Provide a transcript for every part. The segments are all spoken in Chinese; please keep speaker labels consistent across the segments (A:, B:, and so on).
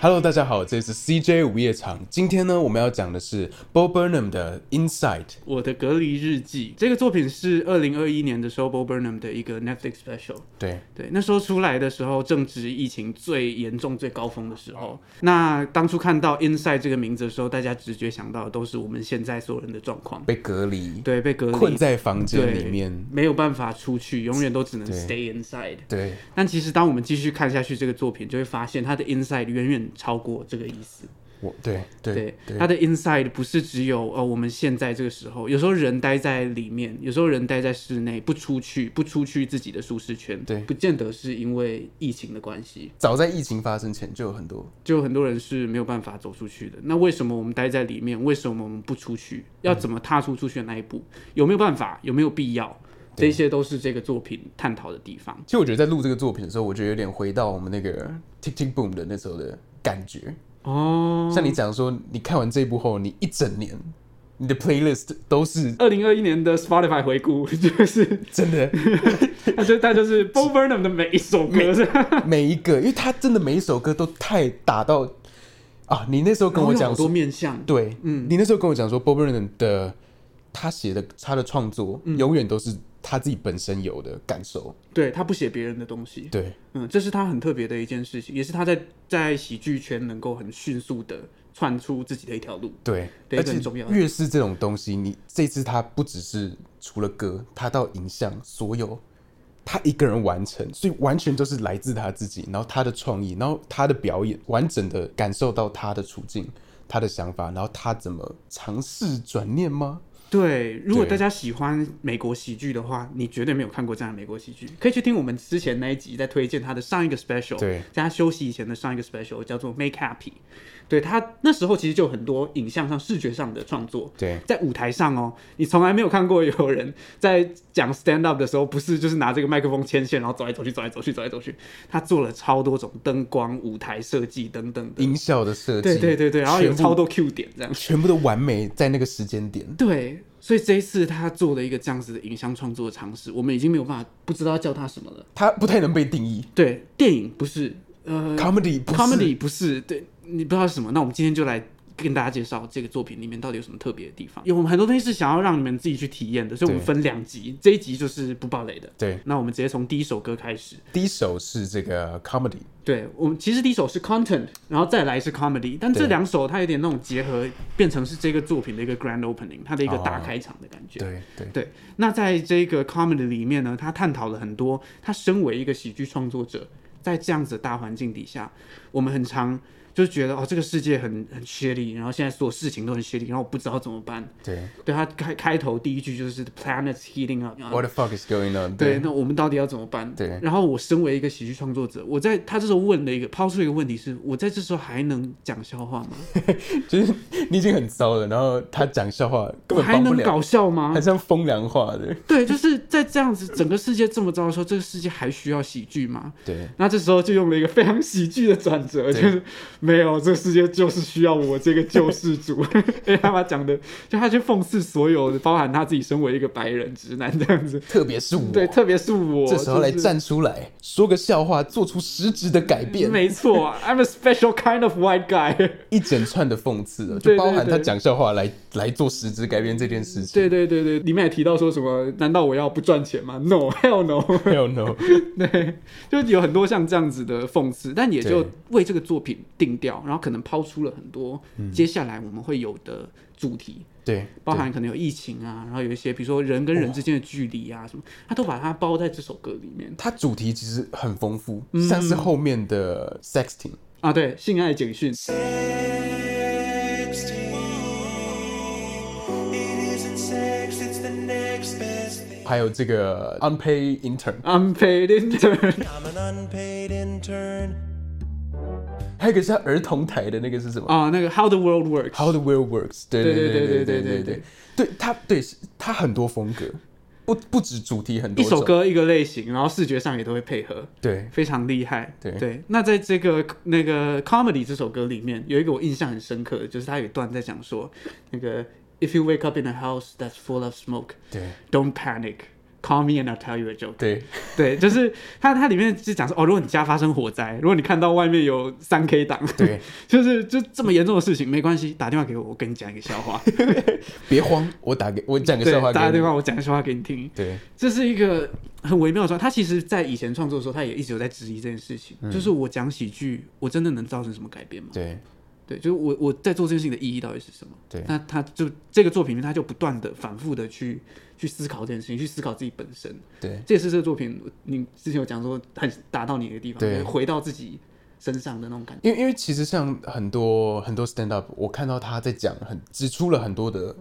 A: Hello，大家好，这里是 CJ 午夜场。今天呢，我们要讲的是 Bob Burnham 的《Inside》。
B: 我的隔离日记这个作品是二零二一年的时候 Bob Burnham 的一个 Netflix special。
A: 对，
B: 对，那时候出来的时候正值疫情最严重、最高峰的时候。那当初看到 Inside 这个名字的时候，大家直觉想到的都是我们现在所有人的状况，
A: 被隔离，
B: 对，被隔离，
A: 困在房间里
B: 对
A: 面。
B: 没有办法出去，永远都只能
A: 对
B: stay inside。
A: 对，
B: 但其实当我们继续看下去这个作品，就会发现它的 inside 远远超过这个意思。
A: 我对对
B: 对，
A: 对
B: 它的 inside 不是只有呃我们现在这个时候，有时候人待在里面，有时候人待在室内，不出去，不出去自己的舒适圈，
A: 对
B: 不见得是因为疫情的关系，
A: 早在疫情发生前就有很多
B: 就很多人是没有办法走出去的。那为什么我们待在里面？为什么我们不出去？要怎么踏出出去的那一步？有没有办法？有没有必要？这些都是这个作品探讨的地方。
A: 其实我觉得在录这个作品的时候，我觉得有点回到我们那个 Tick Tick Boom 的那时候的感觉。
B: 哦，
A: 像你讲说，你看完这一部后，你一整年你的 playlist 都是
B: 二零二一年的 Spotify 回顾， 就是
A: 真的
B: 它就它就是 Bo Burnham 的每一首歌 是。
A: 每一个，因为他真的每一首歌都太打到啊！你那时候跟我
B: 好
A: 讲
B: 多
A: 说，
B: 面向，
A: 对，嗯
B: 嗯，
A: 你那时候跟我讲说，Bob Dylan 的他写的他的创作，
B: 嗯
A: 永远都是他自己本身有的感受，
B: 对他不写别人的东西，
A: 对，
B: 嗯，这是他很特别的一件事情，也是他在在喜剧圈能够很迅速的窜出自己的一条路。
A: 对，
B: 对
A: 而
B: 这个
A: 且
B: 很重要
A: 越是这种东西，你这次他不只是除了歌，他到影像所有。他一个人完成，所以完全都是来自他自己，然后他的创意，然后他的表演，完整的感受到他的处境、他的想法，然后他怎么尝试转念吗？
B: 对，如果
A: 对
B: 大家喜欢美国喜剧的话，你绝对没有看过这样的美国喜剧，可以去听我们之前那一集在推荐他的上一个 special，
A: 对，
B: 在他休息以前的上一个 special 叫做 Make Happy，对他那时候其实就有很多影像上、视觉上的创作，
A: 对，
B: 在舞台上哦，你从来没有看过有人在讲 stand up 的时候，不是就是拿这个麦克风牵线，然后走来走去，走来走去，走来走去。他做了超多种灯光、舞台设计等等的，
A: 音效的设计，
B: 对对对对，然后有
A: 全部
B: 超多 Q 点这样。
A: 全部都完美在那个时间点。
B: 对，所以这一次他做了一个这样子的影像创作的尝试，我们已经没有办法不知道要叫他什么了。
A: 它不太能被定义
B: 对，电影不是，呃
A: ，comedy 不是
B: ，comedy 不是，对你不知道是什么，那我们今天就来。跟大家介绍这个作品里面到底有什么特别的地方，有我们很多东西是想要让你们自己去体验的，所以我们
A: 对
B: 分两集，这一集就是不爆雷的。
A: 对，
B: 那我们直接从第一首歌开始。
A: 第一首是这个 comedy，
B: 对我们其实第一首是 content，然后再来是 comedy，但
A: 对
B: 这两首它有点那种结合，变成是这个作品的一个 grand opening，它的一个大
A: 哦
B: 开场的感觉。
A: 对对
B: 对，那在这个 comedy 里面呢，他探讨了很多，他身为一个喜剧创作者，在这样子的大环境底下，我们很常就是觉得哦，这个世界很很 shitty，然后现在所有事情都很 shitty，然后我不知道怎么办。
A: 对
B: 对他开开头第一句就是 the planet's heating up，啊
A: ，What the fuck is going on？
B: 对，那我们到底要怎么办？
A: 哦对
B: 然后我身为一个喜剧创作者，我在他这时候问了一个抛出一个问题是：我在这时候还能讲笑话吗？
A: 就是你已经很糟了，然后他讲笑话根
B: 我
A: 本
B: 还
A: 帮不
B: 能
A: 了，
B: 搞笑吗？
A: 很像风凉话的。
B: 对，就是在这样子整个世界这么糟的时候，这个世界还需要喜剧吗？
A: 对
B: 那这时候就用了一个非常喜剧的转折，就是没有这个世界就是需要我这个救世主。 因为他把讲的，就他去讽刺所有的，包含他自己身为一个白人直男这样子。
A: 特别是我，
B: 对，特别是我
A: 这时候来
B: 就是
A: 站出来说个笑话，做出实质的改变，
B: 没错，I'm 啊 a special kind of white guy。
A: 一整串的讽刺了，就
B: 对对
A: 包含他
B: 对
A: 讲笑话来来做实质改变这件事情。
B: 对对对对，里面也提到说什么？难道我要不赚钱吗？No，hell no。
A: 对 no，
B: 对，就有很多像这样子的讽刺，但也就
A: 对
B: 为这个作品定调，然后可能抛出了很多
A: 嗯
B: 接下来我们会有的主题，
A: 对，
B: 包含可能有疫情啊，然后有一些比如说人跟人之间的距离啊什么，他都把它包在这首歌里面
A: 它主题其实很丰富，
B: 嗯
A: 像是后面的 sexting，
B: 啊。对，性爱警讯，
C: It isn't sex, it's the next best thing.
A: 还有这个 unpaid intern，
B: unpaid intern，
C: I'm an unpaid intern.
A: 还有一个是它儿童台的那个是什么
B: 啊，那个 How the World Works，
A: ？How the World Works，对对对对
B: 对对
A: 对对
B: 对对
A: 对，对它对是它很多风格，不不止主题很
B: 一
A: 多
B: 首
A: 种，
B: 歌一个类型，然后视觉上也都会配合。
A: 对
B: 非常厉害，
A: 对
B: 那在这个那个 comedy 这首歌里面，有一个我印象很深刻的，就是他有一段在讲说，那个 If you wake up in a house that's full of smoke,
A: 对
B: don't panic, Call me and I'll tell you a joke。
A: 对，
B: 对，就是它它里面是讲说，哦，如果你家发生火灾，如果你看到外面有三 K 档，
A: 对，
B: 就是就这么严重的事情，没关系，打电话给我，我跟你讲一个笑话。
A: 别慌，我打给我讲个
B: 对
A: 笑话，给
B: 打个
A: 你
B: 电。话，我讲个笑话给你听。
A: 对，
B: 这是一个很微妙的状态。他其实，在以前创作的时候，他也一直有在质疑这件事情，
A: 嗯
B: 就是我讲喜剧，我真的能造成什么改变吗？
A: 对，
B: 对，就是我我在做这件事情的意义到底是什么？
A: 对
B: 那他就这个作品里面，他就不断的反复的去去思考这件事情，去思考自己本身。
A: 对，
B: 这也是这个作品，你之前有讲说很打到你的地方，
A: 对
B: 回到自己身上的那种感觉。
A: 因为因为其实像很多很多 stand up，我看到他在讲很指出了很多的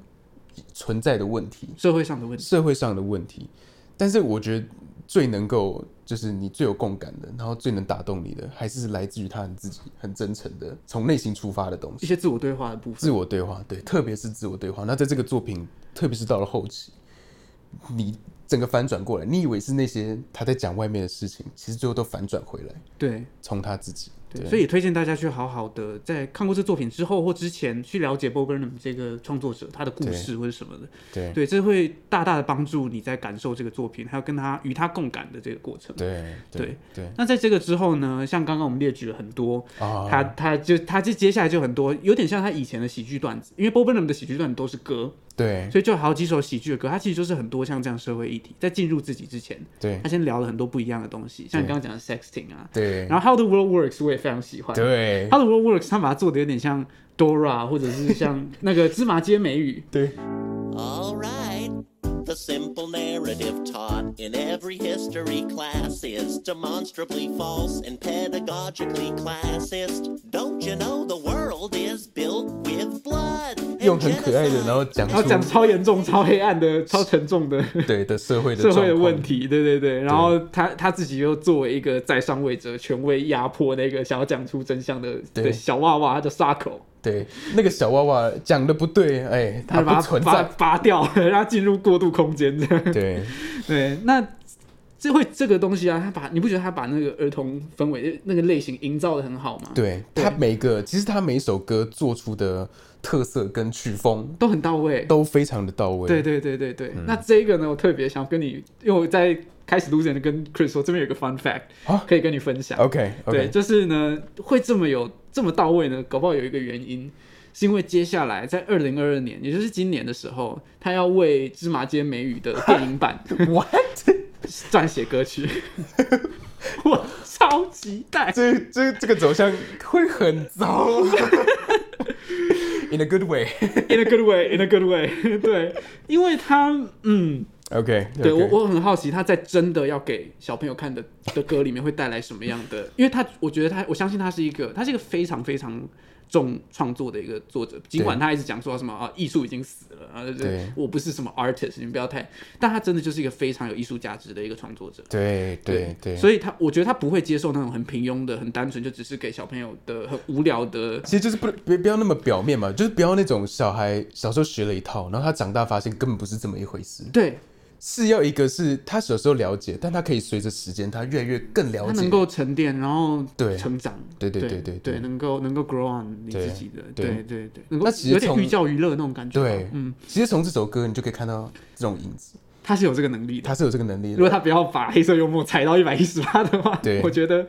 A: 存在的问题，
B: 社会上的问题，
A: 社会上的问题，但是我觉得最能够就是你最有共感的，然后最能打动你的，还是来自于他很自己很真诚的从内心出发的东
B: 一
A: 西，
B: 些自我对话的部分
A: 自，我对话，对，特别是自我对话。那在这个作品，特别是到了后期，你整个反转过来，你以为是那些他在讲外面的事情，其实最后都反转回来，
B: 对
A: 从他自己。
B: 对，所以也推荐大家去好好的在看过这作品之后或之前去了解 Bob Burnham 这个创作者他的故事或者什么的，
A: 对
B: 对，这会大大的帮助你在感受这个作品，还有跟他与他共感的这个过程。
A: 对
B: 对
A: 对
B: 那在这个之后呢，像刚刚我们列举了很多，
A: 啊，
B: 他他就他就接下来就很多，有点像他以前的喜剧段子，因为 Bob Burnham 的喜剧段子都是歌，
A: 对
B: 所以就有好几首喜剧的歌，它其实就是很多像这样社会议题，在进入自己之前，
A: 对
B: 他先聊了很多不一样的东西，像你刚刚讲的 sexting 啊，
A: 对
B: 然后 How the World Works 我也非常喜欢
A: 对
B: ，How the World Works 他把它做的有点像 Dora 或者是像那个芝麻街美语，
A: 对
D: All right. The simple narrative taught in every history class is demonstrably false and pedagogically classist. Don't you know the world is built with blood? and
A: 用很可爱的，
D: genocide?
A: 然后讲
B: 然后讲
A: 出
B: 超严重、超黑暗的、超沉重的
A: 对的社会的
B: 社会的
A: 状况
B: 问题，对对对，然后他他自己又作为一个在上位者，权威压迫那个想要讲出真相的
A: 对
B: 的小娃娃，他的沙口。
A: 对，那个小娃娃讲的不对，哎、它
B: 他就把
A: 不
B: 它
A: 存
B: 拔
A: 在。
B: 拔掉， 让它进入过渡空间这样。
A: 对
B: 对，那这会这个东西啊，他把你不觉得他把那个儿童氛围那个类型营造的很好吗？，
A: 对，他每个其实他每一首歌做出的特色跟曲风
B: 都很到位。
A: 都非常的到嗯位。
B: 对对对对对。那这个呢，我特别想跟你，因为我在开始录之前跟 Chris 说，这边有一个 fun fact
A: 啊
B: 可以跟你分享。
A: ，OK
B: 对，
A: OK，
B: 就是呢，会这么有这么到位呢，搞不好有一个原因。是因为接下来在二零二二年，也就是今年的时候，他要为《芝麻街美语》的电影版
A: What？
B: 撰写歌 曲，我超期待。
A: 这这这个走向会很糟 ，in a good way。
B: In a good way, in a good way。对， 因为他，嗯，
A: OK，
B: 对我我很好奇，他在真的要给小朋友看的的歌里面会带来什么样的？因为他，我觉得他，我相信他是一个，他是一个非常非常重创作的一个作者。尽管他一直讲说什么啊，艺术已经死了，啊，就是
A: 对
B: 我不是什么 artist，你们不要太，但他真的就是一个非常有艺术价值的一个创作者。
A: 对对对，
B: 所
A: 以
B: 以他，我觉得他不会接受那种很平庸的、很单纯，就只是给小朋友的、很无聊的
A: 其实就是不别不要那么表面嘛，就是不要那种小孩小时候学了一套，然后他长大发现根本不是这么一回事。
B: 对
A: 是要一个是他小时候了解，但他可以随着时间，他越来越更了
B: 他
A: 解。
B: 能够沉淀，然后
A: 对
B: 成长，
A: 对对
B: 对
A: 对对
B: 对
A: 对
B: 能够能够 grow on 你
A: 对
B: 自己的，
A: 对
B: 对对对，能够
A: 那其实
B: 有点
A: 从
B: 寓教于乐那种感觉吧，
A: 对，
B: 嗯，
A: 嗯，其实从这首歌你就可以看到这种影子，
B: 他是有这个能力的
A: 他。是有这个能力
B: 如果
A: 的。
B: 他不要把黑色幽默踩到一百一十八的话
A: 对，
B: 我觉得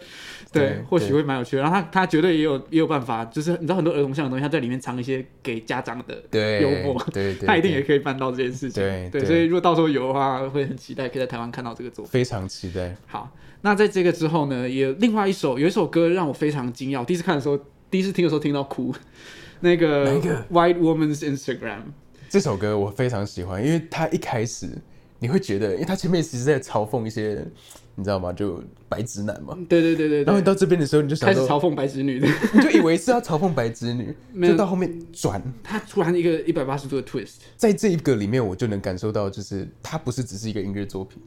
B: 对
A: 对
B: 或许
A: 对
B: 会蛮有趣的。然后他他绝对也有也有办法，就是你知道很多儿童像的东西，他在里面藏一些给家长的
A: 对
B: 幽默，
A: 对对
B: 他一定
A: 对
B: 也可以办到这件事情。
A: 对
B: 对，
A: 对
B: 所以如果到时候有的话，会很期待可以在台湾看到这个作品。
A: 非常期待，
B: 好，那在这个之后呢，也有另外一首有一首歌让我非常惊讶，我第一次看的时候，第一次听的时候听到哭。那
A: 哪
B: 个
A: 一个
B: White Woman's Instagram，
A: 这首歌我非常喜欢，因为它一开始你会觉得，因为它前面其实在嘲讽一些，你知道吗？就白直男嘛。
B: 对对对对
A: 然后
B: 对
A: 你，到这边的时候，你就想
B: 嗯开始
A: 说，
B: 嘲讽白直女的，
A: 你就以为是要嘲讽白直女，
B: 没有
A: 就到后面转，
B: 她突然一个一百八十度的 twist，
A: 在这一个里面，我就能感受到，就是它不是只是一个音乐作品，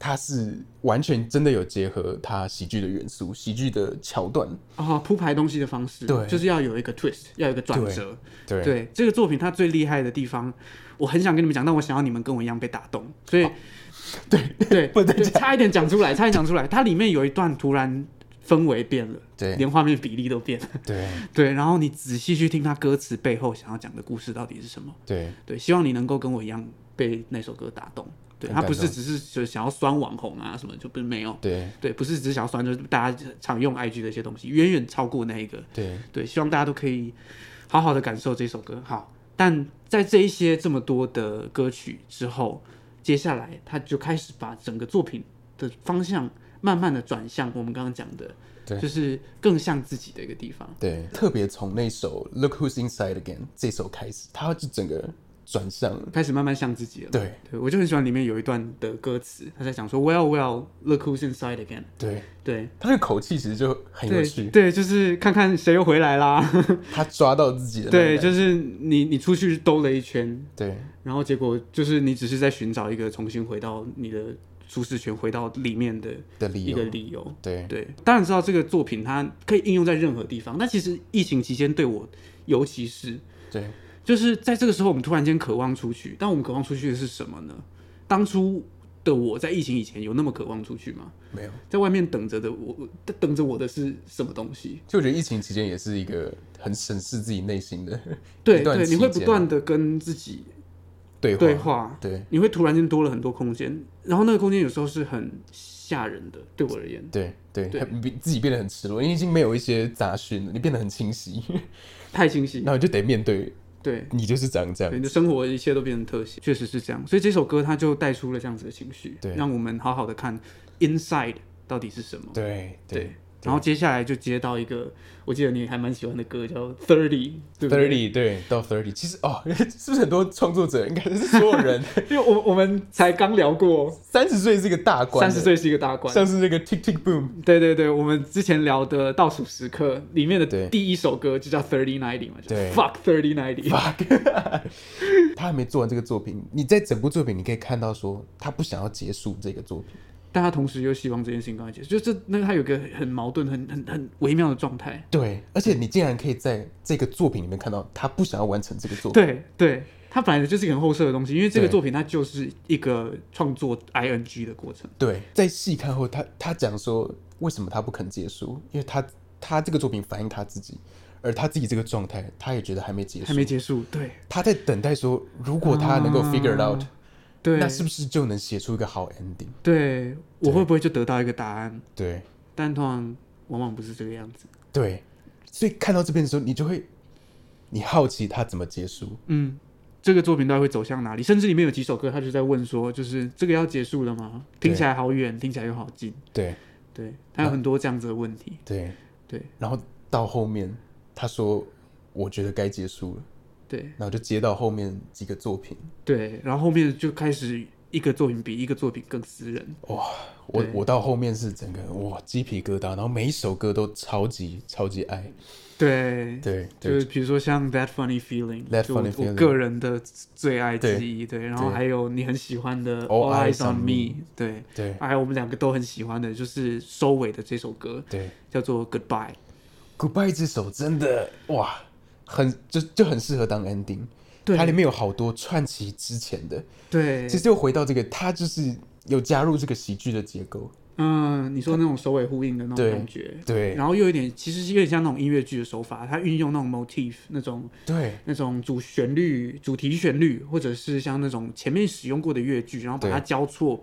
A: 它是完全真的有结合它喜剧的元素、喜剧的桥段。
B: 哦，铺排东西的方式，
A: 对
B: 就是要有一个 twist，要有一个转折。
A: 对
B: 对，这个作品它最厉害的地方，我很想跟你们讲，但我想要你们跟我一样被打动，所以，对
A: 哦不能
B: 对，
A: 讲
B: 差一点讲出来，差一点讲出来，它里面有一段突然氛围变了，
A: 对
B: 连画面比例都变了。
A: 对
B: 对，然后你仔细去听他歌词背后想要讲的故事到底是什么。
A: 对
B: 对，希望你能够跟我一样被那首歌打动。对
A: 很
B: 他
A: 感
B: 不是
A: 动
B: 只是就想要酸网红啊什么，就不是没有，
A: 对
B: 对，不是只是想要酸，就是大家常用 IG 的一些东西，远远超过那一个，
A: 对，
B: 对，希望大家都可以好好的感受这首歌。好，但在这一些这么多的歌曲之后，接下来他就开始把整个作品的方向慢慢的转向我们刚刚讲的，
A: 对
B: 就是更像自己的一个地方。
A: 对，特别从那首《Look Who's Inside Again》这首开始，他就整个转向了。
B: 开始慢慢像自己了。
A: 对
B: 对，我就很喜欢里面有一段的歌词，他在讲说，Well, well, look who's inside again。
A: 对，
B: 对，
A: 他的口气其实就很有
B: 对，
A: 趣，
B: 对，就是看看谁又回 来啦。
A: 他抓到自己的那种感
B: 对，
A: 觉。
B: 就是你你出去兜了一圈，
A: 对
B: 然后结果就是你只是在寻找一个重新回到你的舒适圈，回到里面的
A: 的理
B: 一
A: 由
B: 个理由。
A: 对
B: 对，当然知道这个作品它可以应用在任何地方，但其实疫情期间对我，尤其是
A: 对
B: 就是在这个时候，我们突然间渴望出去，但我们渴望出去的是什么呢？当初的我在疫情以前有那么渴望出去吗？
A: 没有。
B: 在外面等着的我，我等着我的是什么东西？
A: 就我觉得疫情期间也是一个很审视自己内心的
B: 对
A: 一段
B: 对，
A: 期
B: 你会不
A: 间啊
B: 断的跟自己
A: 对
B: 对话，
A: 对
B: 你会突然间多了很多空间，然后那个空间有时候是很吓人的，对我而言。
A: 对对，
B: 对
A: 很自己变得很赤裸，因为已经没有一些杂讯了，你变得很清晰，
B: 太清晰
A: 然。后你就得面对，
B: 对，
A: 你就是长这
B: 对
A: 样。
B: 你的生活一切都变成特写，确实是这样。所以这首歌它就带出了这样子的情绪，
A: 对
B: 让我们好好的看 inside 到底是什么。
A: 嗯对
B: 对。然后接下来就接到一个，我记得你还蛮喜欢的歌，叫 Thirty，对不对
A: Thirty 对到 Thirty，其实哦， 是不是很多创作者应该是所有人
B: 因为我我们才刚聊过，
A: 三十岁是一个大关，
B: 三十岁是一个大关。
A: 像是那个 Tick Tick Boom，
B: 对对对，我们之前聊的倒数时刻里面的
A: 对
B: 第一首歌就叫 Thirty Ninety 嘛，就是
A: 对
B: Fuck Thirty Ninety。
A: 他还没做完这个作品，你在整部作品你可以看到说他不想要结束这个作品，
B: 但他同时又希望这件事情赶快结束，就这那个他有一个很矛盾、很很很微妙的状态。
A: 对，而且你竟然可以在这个作品里面看到他不想要完成这个作品，
B: 对对，他本来就是一个很后设的东西，因为这个
A: 对
B: 作品它就是一个创作 ing 的过程。
A: 对，在细看后，他他讲说为什么他不肯结束，因为他他这个作品反映他自己，而他自己这个状态，他也觉得还没结束，
B: 还没结束，对
A: 他在等待说，如果他能够 figure it out，、
B: 对，
A: 那是不是就能写出一个好 ending？
B: 对我
A: 对
B: 会不会就得到一个答案？
A: 对
B: 但通常往往不是这个样子。
A: 对，所以看到这边的时候，你就会你好奇他怎么结束，
B: 嗯，这个作品到底会走向哪里？甚至里面有几首歌，他就在问说，就是这个要结束了吗？听起
A: 对
B: 来好远，听起来又好近。
A: 对
B: 对，他有很多这样子的问题。
A: 对，
B: 对
A: 然后到后面他说我觉得该结束了，
B: 对
A: 然后就接到后面几个作品，
B: 对，然后后面就开始一个作品比一个作品更私人。
A: 哇，我
B: 对
A: 我到后面是整个哇鸡皮疙瘩，然后每一首歌都超级超级爱，
B: 对
A: 对
B: 就
A: 对
B: 是比如说像 That Funny Feeling，
A: That
B: 就我
A: Funny
B: 我
A: Feeling
B: 个人的最爱之一，对，然后
A: 对
B: 还有你很喜欢的
A: All
B: All
A: Eyes
B: Eyes on
A: on
B: Me，对，
A: 对
B: 还有我们两个都很喜欢的，就是收尾的这首歌，
A: 对
B: 叫做 Goodbye，
A: ，Goodbye 这首真的哇，很就就很适合当 ending，
B: 对
A: 它里面有好多串起之前的，
B: 对，
A: 其实又回到这个，它就是有加入这个喜剧的结构，
B: 嗯，你说那种首尾呼应的那种
A: 对
B: 感觉，
A: 对
B: 然后又有点，其实是有点像那种音乐剧的手法，它运用那种 motif 那种。
A: 对
B: 那种主旋律、主题旋律，或者是像那种前面使用过的乐句，然后把
A: 对
B: 它交错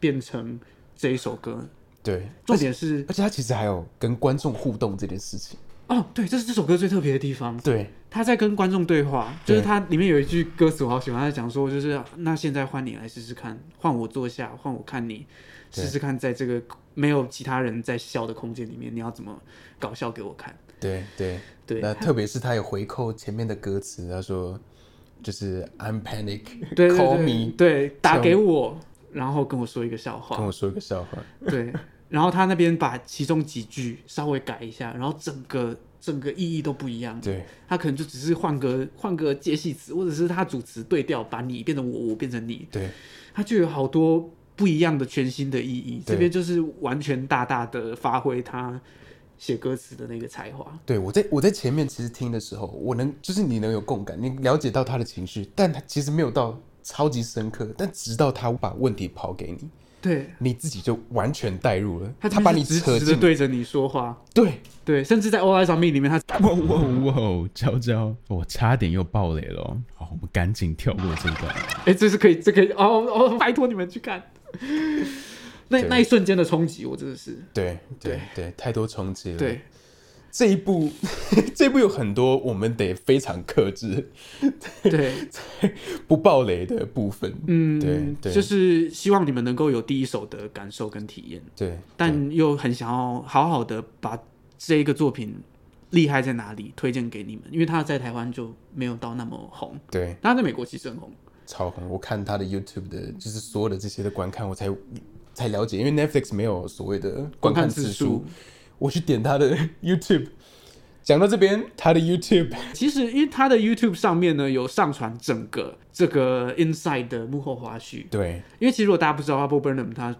B: 变成这一首歌。
A: 对，
B: 重点是
A: 而且它其实还有跟观众互动这件事情，
B: 哦，对，这是这首歌最特别的地方。
A: 对
B: 他在跟观众对话，就是
A: 对
B: 他里面有一句歌词我好喜欢，他讲说就是啊那现在换你来试试看，换我坐下，换我看你
A: 对
B: 试试看，在这个没有其他人在笑的空间里面，你要怎么搞笑给我看？
A: 对对
B: 对
A: 那特别是他有回扣前面的歌词，他说就是 I'm panic，
B: 对对
A: call
B: 对
A: me，
B: 对，打
A: 像
B: 给我，然后跟我说一个笑
A: 跟
B: 话
A: 我，说一个笑话。
B: 对，然后他那边把其中几句稍微改一下，然后整个整个意义都不一样。
A: 对，
B: 他可能就只是换个换个介系词，或者是他主词对调，把你变成我，我变成你，
A: 对
B: 它就有好多不一样的全新的意义。
A: 对
B: 这边就是完全大大的发挥他写歌词的那个才华。
A: 对，我在我在前面其实听的时候，我能就是你能有共感，你了解到他的情绪，但他其实没有到超级深刻，但直到他把问题抛给你，
B: 对，
A: 你自己就完全带入了，
B: 他
A: 他把你
B: 就是
A: 扯
B: 直直
A: 进
B: 的对着你说话，
A: 对，
B: 对，甚至在 O I 上面里面，他
E: 哇哇哇！娇娇，我差点又爆雷了哦。好，我们赶紧跳过这一段。
B: 哎，这是可以，这可以哦哦，拜托你们去看。 那
A: 对
B: 那一瞬间的冲击，我真的是
A: 对对对，太多冲击了。
B: 对，
A: 这一部， 这一部有很多我们得非常克制、
B: 对，
A: 不爆雷的部分。嗯，对 对，
B: 就是希望你们能够有第一手的感受跟体验，
A: 对，对
B: 但又很想要好好的把这一个作品厉害在哪里推荐给你们，因为他在台湾就没有到那么红，
A: 对
B: 但他在美国其实很红。
A: 超红。我看他的 YouTube 的，就是所有的这些的观看，我才才了解，因为 Netflix 没有所谓的观看
B: 次
A: 次数。我去点他的 YouTube，讲到这边，他的 YouTube
B: 其实因为他的 YouTube 上面呢有上传整个这个 Inside 的幕后花絮，
A: 对
B: 因为其实如果大家不知道的话，Bob Burnham 他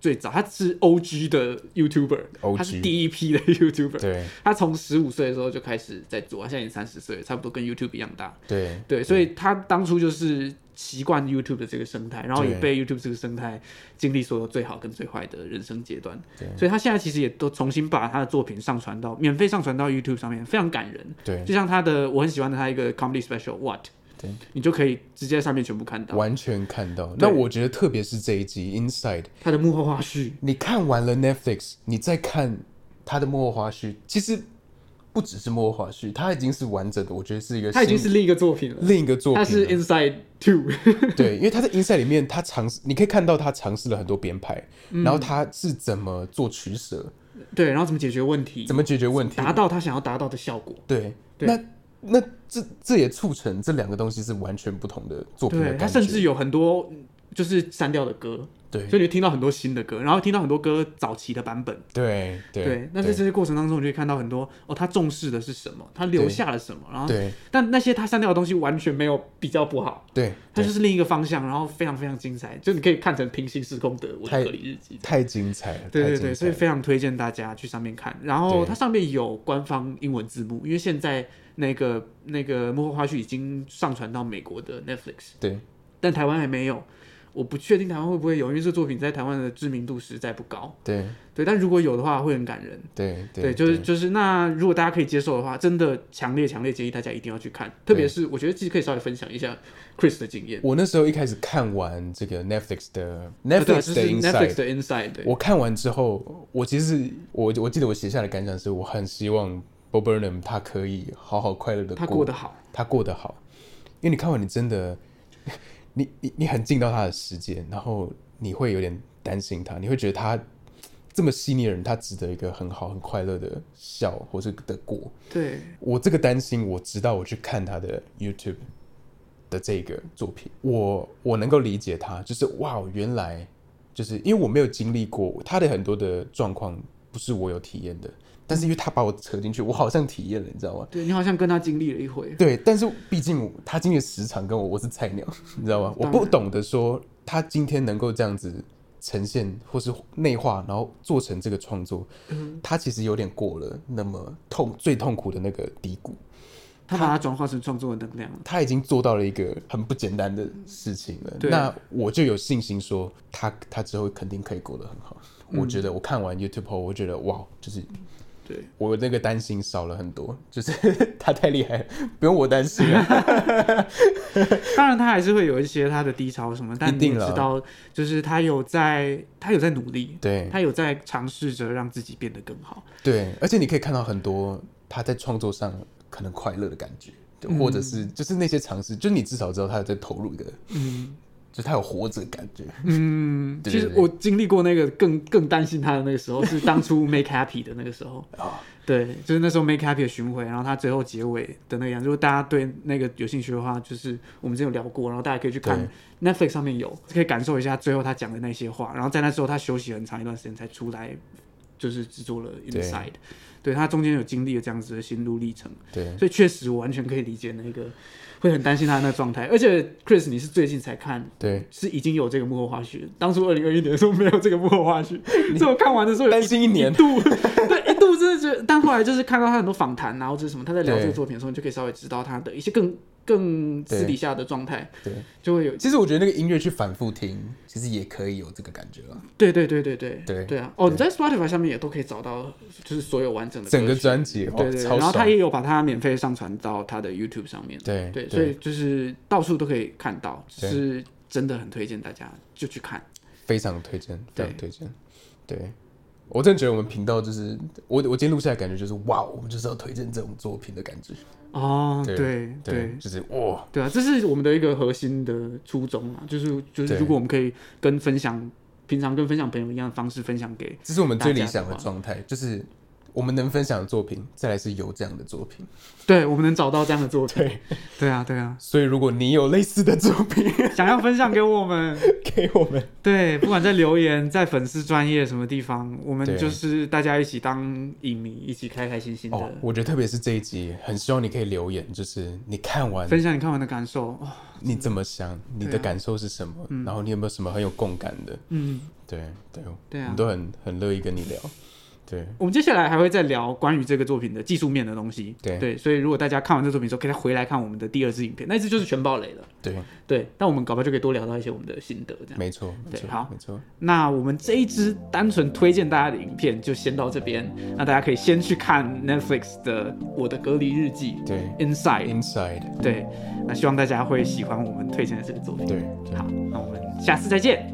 B: 最早他是 OG 的 YouTuber，
A: OG
B: 他是第一批的 YouTuber，
A: 对
B: 他从十五岁的时候就开始在做，他现在已经三十岁了，差不多跟 YouTube 一样大，
A: 对
B: 对，所以他当初就是习惯 YouTube 的这个生态，然后也
A: 对
B: 被 YouTube 这个生态经历所有最好跟最坏的人生阶段
A: 对，
B: 所以他现在其实也都重新把他的作品上传到免费上传到 YouTube 上面，非常感人。
A: 对
B: 就像他的我很喜欢的他一个 comedy special What，
A: 对，
B: 你就可以直接在上面全部看到
A: 完全看到。那我觉得特别是这一集 Inside，
B: 他的幕后花絮。
A: 你看完了 Netflix，你再看他的幕后花絮，其实不只是幕后花絮，它已经是完整的，我觉得是一个
B: 他已经是
A: 新
B: 另一个作品了，
A: 另一个作品了。
B: 他是 Inside Two，
A: 对，因为他在 Inside 里面，他尝试，你可以看到他尝试了很多编排，然后他是怎么做取舍，
B: 对，然后怎么解决问题，
A: 怎么解决问题，
B: 达到他想要达到的效果。
A: 对，
B: 对
A: 那那这这也促成这两个东西是完全不同的作品的
B: 对
A: 感觉，
B: 他甚至有很多嗯就是删掉的歌，
A: 对
B: 所以你听到很多新的歌，然后听到很多歌早期的版本。
A: 对对
B: 对，那在这些过程当中，你就会看到很多哦，他重视的是什么，他留下了什么，然后
A: 对，
B: 但那些他删掉的东西完全没有比较不好，
A: 对，
B: 它
A: 对
B: 就是另一个方向，然后非常非常精彩，就你可以看成平行时空的《我
A: 太
B: 的隔离日记》。
A: 太精彩了，
B: 对
A: 太
B: 对
A: 精
B: 对，
A: 彩
B: 所以
A: 了
B: 非常推荐大家去上面看。然后
A: 对
B: 它上面有官方英文字幕，因为现在那个那个幕后花絮已经上传到美国的 Netflix，
A: 对
B: 但台湾还没有。我不确定台湾会不会有，因为这作品在台湾的知名度实在不高。
A: 对
B: 对，但如果有的话，会很感人。
A: 对
B: 对，就是就是那如果大家可以接受的话，真的强烈强烈建议大家一定要去看。特别是我觉得其实可以稍微分享一下 Chris 的经验，
A: 我那时候一开始看完这个 Netflix 的
B: 啊对啊
A: Netflix
B: 就
A: 的
B: 是 Netflix
A: Inside，
B: 的 Inside，对
A: 我看完之后，我其实我我记得我写下的感想是，我很希望 Bob Burnham 他可以好好快乐的
B: 他过得好，
A: 他过得好，因为你看完你真的， 你你你很进到他的世界，然后你会有点担心他，你会觉得他这么细腻的人，他值得一个很好很快乐的笑或是的过。
B: 对
A: 我这个担心，我直到我去看他的 YouTube 的这个作品，我我能够理解他，就是哇，原来就是因为我没有经历过他的很多的状况，不是我有体验的，但是因为他把我扯进去，我好像体验了，你知道吗？
B: 对，你好像跟他经历了一回，
A: 对，但是毕竟他今天时长跟我我是菜鸟， 你知道吗？我
B: 当然
A: 不懂得说他今天能够这样子呈现或是内化，然后做成这个创作，他其实有点过了那么痛最痛苦的那个低谷。
B: 他把它转化成创作的能量了。
A: 他已经做到了一个很不简单的事情了。
B: 对
A: 那我就有信心说他，他之后肯定可以过得很好。
B: 嗯
A: 我觉得我看完 YouTube 后，我觉得哇，就是
B: 对，
A: 我那个担心少了很多，就是 他太厉害了，不用我担心 了。
B: 当然他还是会有一些他的低潮什么，但
A: 一
B: 你也
A: 定
B: 知
A: 了
B: 道，就是他有在他有在努力，
A: 对
B: 他有在尝试着让自己变得更好。
A: 对，而且你可以看到很多他在创作上可能快乐的感觉，
B: 嗯
A: 或者是就是那些尝试，就是你至少知道他在投入一个，嗯，就是他有活着的感觉。
B: 嗯，
A: 对
B: 其
A: 对
B: 实
A: 对
B: 我经历过那个更更担心他的那个时候，是当初 Make Happy 的那个时候。
A: 啊
B: 对，就是那时候 Make Happy 的巡回，然后他最后结尾的那个样子。如果大家对那个有兴趣的话，就是我们之前有聊过，然后大家可以去看 Netflix 上面有，可以感受一下最后他讲的那些话。然后在那之后，他休息很长一段时间才出来，就是制作了 Inside 对。他中间有经历了这样子的心路历程，
A: 对
B: 所以确实我完全可以理解那个会很担心他的那个状态。而且 Chris，你是最近才看
A: 对，
B: 是已经有这个幕后花絮了。当初二零二一年的时候没有这个幕 后花絮，所以我看完的时候有
A: 担心一年
B: 一度，对一度真的觉得，但后来就是看到他很多访谈啊，或者是什么，他在聊
A: 对
B: 这个作品的时候，你就可以稍微知道他的一些更更私
A: 对
B: 底下的状态，
A: 对，
B: 就会有
A: 其实我觉得那个音乐去反复听，其实也可以有这个感觉了。
B: 对对对对对
A: 对
B: 对啊！哦，你在 Spotify 上面也都可以找到，就是所有完整的
A: 整个
B: 歌曲
A: 专辑哇
B: 对对对，
A: 超
B: 然后他
A: 爽
B: 也有把它免费上传到他的 YouTube 上面，
A: 对
B: 对，
A: 对
B: 所以就是到处都可以看到，
A: 对
B: 是真的很推荐大家就去看。
A: 非常推荐，非
B: 对
A: 常推荐。对，我真的觉得我们频道就是我我今天录下来的感觉就是哇，我们就是要推荐这种作品的感觉。
B: 哦，对
A: 对，就是哇，
B: 对啊，这是我们的一个核心的初衷啊，就是就是
A: 对
B: 如果我们可以跟分享平常跟分享朋友一样的方式分享给
A: 这是我们最理想
B: 大家的
A: 的
B: 话
A: 状态，就是我们能分享的作品，再来是有这样的作品。
B: 对，我们能找到这样的作品。
A: 对，
B: 对啊，对啊，
A: 所以如果你有类似的作品
B: 想要分享给我们，
A: 给我们，
B: 对，不管在留言、在粉丝专业什么地方，我们
A: 对
B: 就是大家一起当影迷，一起开开心心的、
A: 哦，我觉得特别是这一集，很希望你可以留言，就是你看完
B: 分享你看完的感受。哦，
A: 你怎么想，你的感受是什么，然后你有没有什么很有共感的？
B: 啊嗯，
A: 对对，
B: 对啊
A: 我们都很很乐意跟你聊。对，
B: 我们接下来还会再聊关于这个作品的技术面的东西。
A: 对
B: 所以如果大家看完这作品之后，可以再回来看我们的第二支影片，那一支就是全暴雷了。
A: 对，
B: 对，但我们搞不好就可以多聊到一些我们的心得这样。
A: 没错，没
B: 对
A: 错，
B: 好
A: 没错，
B: 那我们这一支单纯推荐大家的影片就先到这边，那大家可以先去看 Netflix 的《我的隔离日记》
A: 对
B: Inside，
A: ，Inside，
B: 对，那希望大家会喜欢我们推荐的这个作品。
A: 对，对
B: 好，那我们下次再见，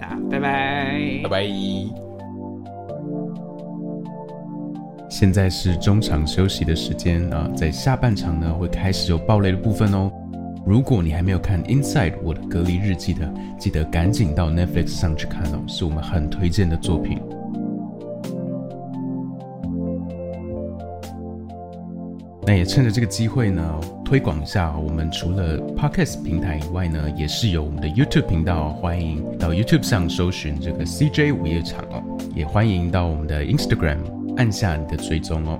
B: 大家拜拜
A: 拜。拜。
E: 现在是中场休息的时间啊，在下半场呢会开始有暴雷的部分哦。如果你还没有看《Inside 我的隔离日记》的，记得赶紧到 Netflix 上去看哦，是我们很推荐的作品。那也趁着这个机会呢，推广一下哦我们除了 Podcast 平台以外呢，也是有我们的 YouTube 频道哦，欢迎到 YouTube 上搜寻这个 CJ 午夜场哦，也欢迎到我们的 Instagram 按下你的追踪哦。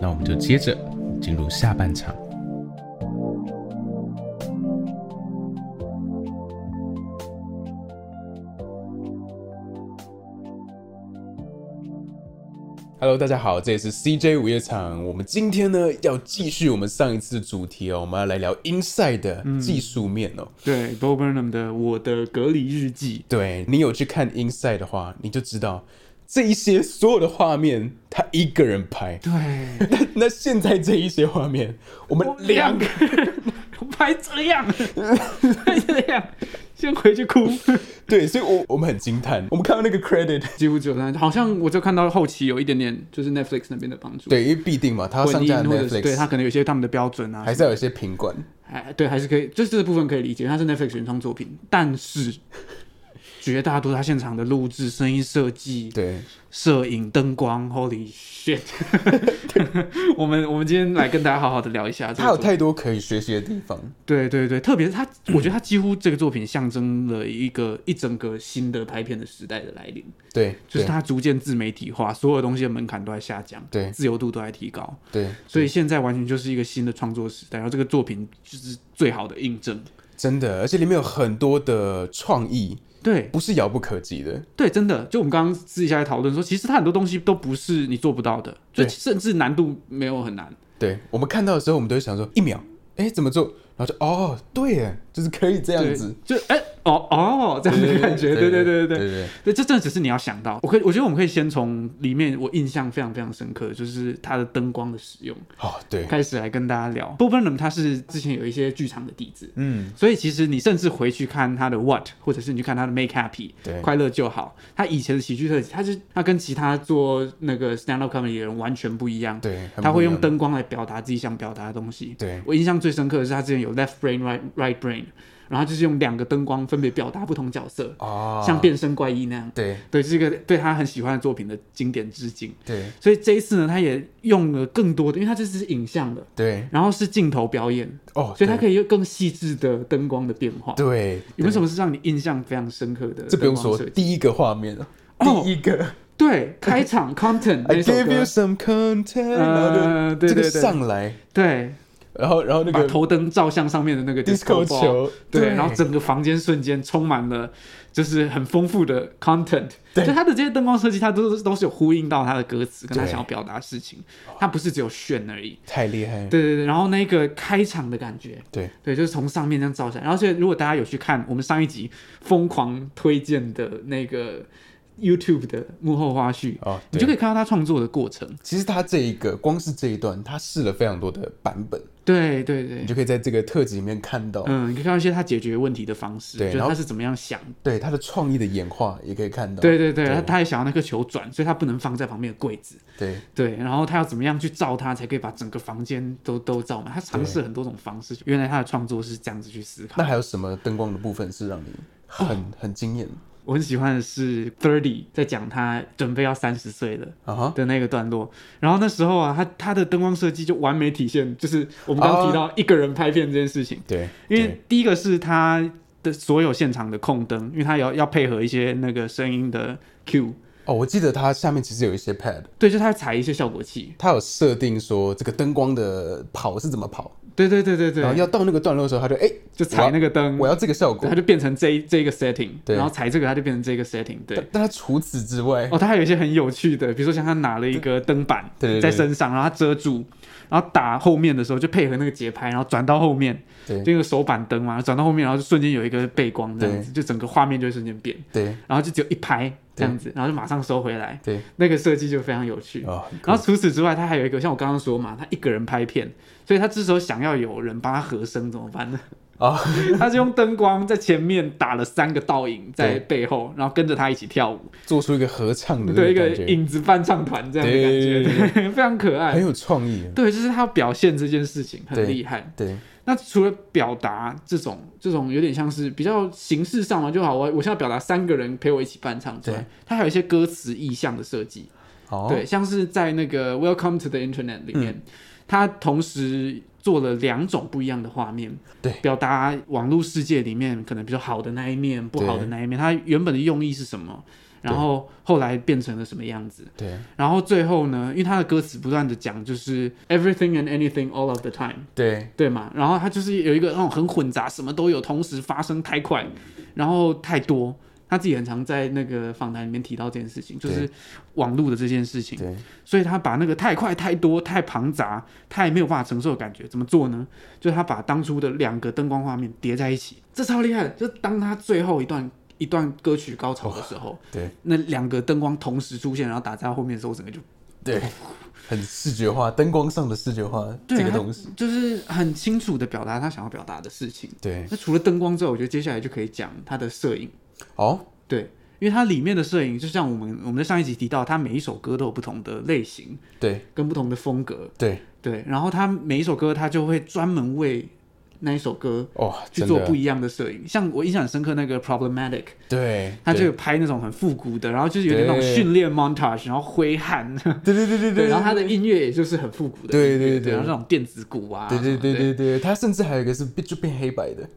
E: 那我们就接着进入下半场。
A: Hello，大家好，这里是 CJ 午夜场。我们今天呢要继续我们上一次的主题哦，我们要来聊 Inside 的
E: 嗯
A: 技术面哦。
B: 对，Bo Burnham 的《我的隔离日记
A: 对你有去看 Inside 的话，你就知道这一些所有的画面他一个人拍》。。
B: 对，
A: 那那现在这一些画面，我们两个
B: 人拍这样，拍这样，先回去 哭。
A: 对，所以我我们很惊叹，我们看到那个 credit，
B: 几乎只有三，好像我就看到后期有一点点就是 Netflix 那边的帮助，，
A: 对，因为必定嘛，它要
B: 混
A: 上
B: 音
A: 架
B: 或者是
A: Netflix，
B: 对他可能有一些他们的标准啊，
A: 还是要有一些品管。
B: 还对还是可以，就是这部分可以理解，它是 Netflix 原创作品，但是绝大多数它现场的录制、声音设计、
A: 对，
B: 摄影、灯光，Holy shit！我们我们今天来跟大家好好的聊一下这
A: 它有
B: 个作品，
A: 太多可以学习的地方。
B: 对对对，特别是它，我觉得它几乎这个作品象征了一个一整个新的拍片的时代的来临。
A: 对，
B: 就是
A: 对
B: 它逐渐自媒体化，所有东西的门槛都在下降，
A: 对
B: 自由度都在提高，
A: 对，
B: 所以现在完全就是一个新的创作时代。然后这个作品就是最好的印证，
A: 真的，而且里面有很多的创意，
B: 对
A: 不是遥不可及的。
B: 对，真的。就我们刚刚私底下在讨论说，其实它很多东西都不是你做不到的，就
A: 对
B: 甚至难度没有很难。
A: 对我们看到的时候，我们都会想说一秒，哎，怎么做？然后就哦，对耶，就是可以这样
B: 对
A: 子，，
B: 就哎、哦哦这样的感觉，对对对对
A: 对
B: 对。对，这真的只是你要想到。我可以，我觉得我们可以先从里面我印象非常非常深刻，就是它的灯光的使用，
A: 好，哦对，
B: 开始来跟大家聊。Bob Burnham 他是之前有一些剧场的底子，
A: 嗯，
B: 所以其实你甚至回去看他的 What，或者是你去看他的 Make Happy，
A: 对
B: 快乐就好。他以前的喜剧特辑，他是他跟其他做那个 stand up comedy 的人完全不一样。
A: 对很不一样
B: 他会用灯光来表达自己想表达的东西。
A: 对
B: 我印象最深刻的是他之前有 Left Brain Right Right Brain，然后就是用两个灯光分别表达不同角色，
A: 哦，
B: 像变身怪医那样。
A: 对
B: 对，这个对他很喜欢的作品的经典致敬。
A: 对
B: 所以这一次呢，他也用了更多的，因为他这次是影像的，
A: 对，
B: 然后是镜头表演，
A: 哦，
B: 所以它可
A: 以，
B: 以有更细致的灯光的变化。，
A: 对，
B: 有没有什
A: 么？
B: 么是让你印象非常深刻的？
A: 这不用说，第一个画面了，
B: 哦
A: 第一个
B: 对，开场 content
A: ，I
B: 那首
A: give you
B: 歌，
A: some content，然后
B: 呃
A: 就
B: 对
A: 这个
B: 对对
A: 上来，
B: 对，
A: 然后然后那
B: 把
A: 个
B: 头灯照向上面的那个
A: disco
B: ball
A: 球
B: 对，
A: 对
B: 然后整个房间瞬间充满了就是很丰富的 content，就它的这些灯光设计，它都是都是有呼应到它的歌词跟它
A: 对
B: 想要表达的事情，它不是只有炫而已。
A: 太厉害了，
B: 对对对，然后那个开场的感觉，
A: 对
B: 对，就是从上面这样照下来。然后，所以如果大家有去看我们上一集疯狂推荐的那个 YouTube 的幕后花絮，
A: 哦
B: 你就可
A: 对
B: 以看到他创作的过程。
A: 其实他这一个光是这一段，他试了非常多的版本，
B: 对对对
A: 你，就可以在这个特辑里面看到，
B: 嗯，你可以看到一些他解决问题的方式，
A: 对
B: 就是
A: 然后
B: 他是怎么样想的。
A: 对他的创意的演化也可以看到，
B: 对对对，
A: 对
B: 他他也想要那个球转，所以他不能放在旁边的柜子。
A: 对
B: 对，然后他要怎么样去照它，才可以把整个房间都都照满？他尝试很多种方式，原来他的创作是这样子去思考
A: 那。还有什么灯光的部分是让你很、
B: 哦
A: 很惊艳
B: 我很喜欢的是 Thirty 在讲他准备要三十岁了。
A: 啊哈？
B: 的那个段落，然后那时候啊，他他的灯光设计就完美体现，就是我们刚刚提到一个人拍片这件事情，
A: 对，
B: 因为
A: 哦对
B: 第一个是他的所有现场的控灯，因为他要要配合一些那个声音的 cue，
A: 哦，我记得它下面其实有一些 pad，
B: 对，就他踩一些效果器，
A: 它有设定说这个灯光的跑是怎么跑，
B: 对对对对对，
A: 然后要到那个段落的时候，他就哎、
B: 就踩那个
A: 我
B: 灯，
A: 要我要这个效
B: 对
A: 果
B: 它。就变成这一这一个 setting，
A: 对
B: 然后踩这个它就变成这个 setting，对
A: 但。但他除此之外，
B: 哦，他还有一些很有趣的，比如说像他拿了一个灯板
A: 对对对
B: 在身上，然后他遮住，然后打后面的时候就配合那个节拍，然后转到后面，
A: 对
B: 就那个手板灯嘛，转到后面，然后就瞬间有一个背光这样子，就整个画面就会瞬间变，
A: 对
B: 然后就只有一拍这样子，然后就马上收回来，
A: 对
B: 那个设计就非常有趣。
A: 哦很酷
B: 然后除此之外，他还有一个像我刚刚说嘛，他一个人拍片，所以他这时候想要有人帮他和声怎么 办呢？
A: 啊，
B: 他就用灯光在前面打了三个倒影
A: 对
B: 在背后，然后跟着他一起跳舞，
A: 做出一个合唱的那
B: 对一
A: 个
B: 个
A: 感觉，
B: 影子伴唱团这样的感
A: 对
B: 觉，对， 非常可
A: 很
B: 爱。
A: 有创意。
B: 对，就是他表现这件事情很
A: 对
B: 厉害。
A: 对
B: 那除了表达这种这种有点像是比较形式上嘛，就好，我我现在表达三个人陪我一起伴唱之外
A: 对，
B: 他还有一些歌词意象的设计，
A: 哦，嗯
B: 对，像是在那个 Welcome to the Internet 里面，他同时做了两种不一样的画面，
A: 对
B: 表达网络世界里面可能比较好的那一面，不好的那一面，它原本的用意是什么，然后后来变成了什么样子，
A: 对
B: 然后最后呢，因为他的歌词不断的讲就是 everything and anything all of the time，
A: 对
B: 对嘛？然后它就是有一个那种很混杂，什么都有，同时发生太快，然后太多。他自己很常在那个访谈里面提到这件事情，就是
A: 对
B: 网络的这件事情。
A: 对
B: 所以他把那个太快、太多、太庞杂、太没有办法承受的感觉，怎么做呢？就是他把当初的两个灯光画面叠在一起，这超厉害的。就是当他最后一段一段歌曲高潮的时候，
A: 对
B: 那两个灯光同时出现，然后打在后面的时候，我整个就
A: 对，很视觉化，灯光上的视觉化
B: 对
A: 这个
B: 他
A: 东西。
B: 就是很清楚的表达他想要表达的事情。
A: 对
B: 那除了灯光之外，我觉得接下来就可以讲他的摄影，
A: 哦，
B: 对。因为它里面的摄影，就像我们我们在上一集提到，它每一首歌都有不同的类型
A: 对
B: 跟不同的风格，
A: 对
B: 对，然后他每一首歌，他就会专门为那一首歌
A: 哦，
B: 去
A: 真
B: 做
A: 的
B: 不一样的摄影。像我印象很深刻那个 Problematic，
A: 对，
B: 他就
A: 对
B: 有拍那种很复古的，然后就是有点那种
A: 对
B: 训练 montage，然后挥汗，
A: 对对对对
B: 对，
A: 对，
B: 然后他的音乐也就是很复古的
A: 对
B: 音乐，
A: 对对
B: 然后那种电子鼓啊，
A: 对对对
B: 什么
A: 对
B: 的
A: 对，他甚至还有一个是变就变黑白的，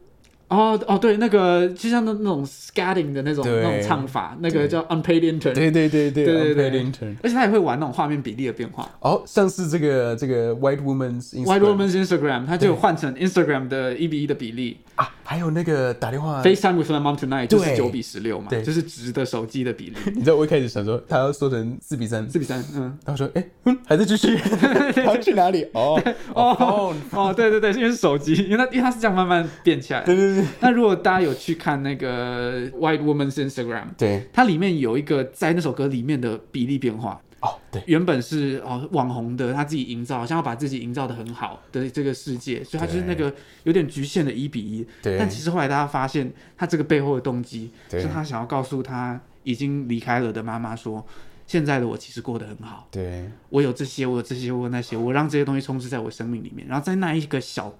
B: 哦哦，对，那个就像那那种 scatting 的那种
A: 对
B: 那种唱法，那个叫 unpaid intern，
A: 对对对对
B: 对对
A: Unpaid Intern
B: 而且他也会玩那种画面比例的变化。
A: 哦，像是这个这个 White Woman's
B: White
A: Instagram
B: Woman's Instagram，他就有换成 Instagram 的一比一的比例，
A: 啊，还有那个打电话，
B: FaceTime with my mom tonight 就是
A: 对
B: 九比十六嘛，
A: 对
B: 就是直的手机的比例，
A: 你知道我一开始想说他要说成四比三，
B: 四比三，嗯，
A: 然后说哎、嗯，还在继续， 他要去哪 里？ 哦
B: 哦
A: 哦，
B: 哦，对对对，因为是手机，因为它因为它是这样慢慢变起来。
A: 对对对
B: 那如果大家有去看那个 White Woman's Instagram，
A: 对
B: 它里面有一个在那首歌里面的比例变化，
A: 哦对
B: 原本是哦网红的，他自己营造，想要把自己营造的很好的这个世界，所以他就是那个有点局限的一比一。
A: 对
B: 但其实后来大家发现，他这个背后的动机
A: 对
B: 是他想要告诉他已经离开了的妈妈说，现在的我其实过得很好，
A: 对
B: 我有这些，我有这些，我有那些，我让这些东西充斥在我生命里面。然后在那一个小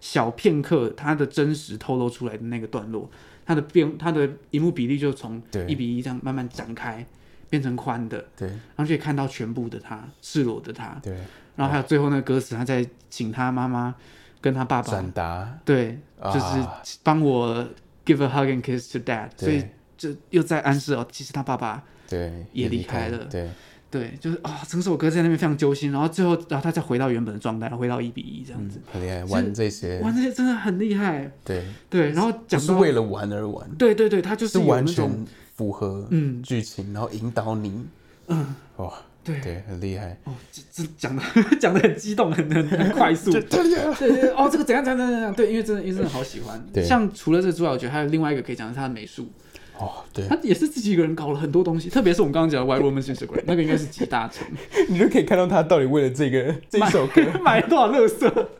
B: 小片刻，他的真实透露出来的那个段落，它的变，它的荧幕比例就从
A: 对
B: 一比一这样慢慢展开，变成宽的。
A: 对
B: 然后就可以看到全部的他，赤裸的他，
A: 对，
B: 然后还有最后那个歌词，他在请他妈妈跟他爸爸
A: 转，达
B: 对，
A: 啊
B: 就是帮我 give a hug and kiss to dad，
A: 对
B: 所以就又在暗示哦，其实他爸爸
A: 对
B: 也离
A: 离
B: 开了
A: 对
B: 对，就是啊、整首歌在那边非常揪心，然后最后，然后他再回到原本的状态，然后回到一比一这样子。
A: 很厉害，嗯玩这些，
B: 哇，那些真的很厉害。
A: 对，
B: 对，然后
A: 不
B: 讲
A: 是
B: 到
A: 为了玩而玩，
B: 对对对，他就是是有
A: 完
B: 那种
A: 全符合
B: 嗯
A: 剧情，然后引导你，
B: 嗯，
A: 哇，
B: 对
A: 对，很厉害，
B: 哦，这这讲的 讲的很激动，很很很快 速。对
A: 太厉害了，
B: 对哦，这个怎样怎样怎样怎样？对，因为真的，因为真的好喜欢。
A: 对
B: 像除了这之外，我觉得还有另外一个可以讲的是他的美术，
A: 哦，对
B: 他，也是自己一个人搞了很多东西，特别是我们刚刚讲的《White Woman's Instagram》，那个应该是集 大成，
A: 你就可以看到他到底为了这 个这一首歌
B: 买了多少乐色，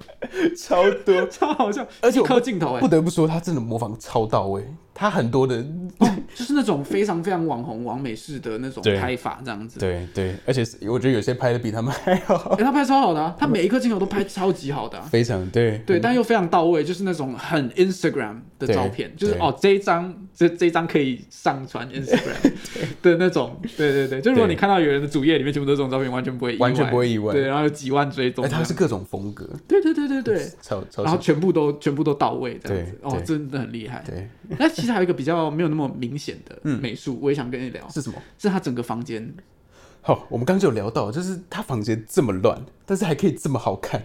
A: 超多，
B: 超好笑，
A: 而且
B: 一
A: 我
B: 颗镜头哎、
A: 不得不说他真的模仿超到位，他很多的，
B: 就是那种非常非常网红、网美式的那种
A: 对
B: 拍法，这样 子。
A: 对对，而且是我觉得有些拍的比他们还好
B: 哎、，他拍超好的、啊，他每一颗镜头都拍超级好的啊、
A: 非常对
B: 对，但又非常到位，就是那种很 Instagram 的
A: 对
B: 照片，就是
A: 对
B: 哦这一张这这一张可以上传 Instagram 的那种，对对对，就如果
A: 对
B: 你看到有人的主页里面全部都是这种照片，完全不会意外
A: 完全不会意外
B: 对，然后有几万追踪
A: 哎，
B: 这样，
A: 他是各种风格，
B: 对对对对对，
A: 超超
B: 然后全部都全部都到位这样子
A: 对，
B: 哦
A: 对，
B: 真的很厉害。
A: 对嗯
B: 那其实还有一个比较没有那么明显的美术，我也想跟你聊，
A: 是什么？
B: 是他整个房间，
A: 好，我们刚刚就有聊到，就是他房间这么乱，但是还可以这么好看，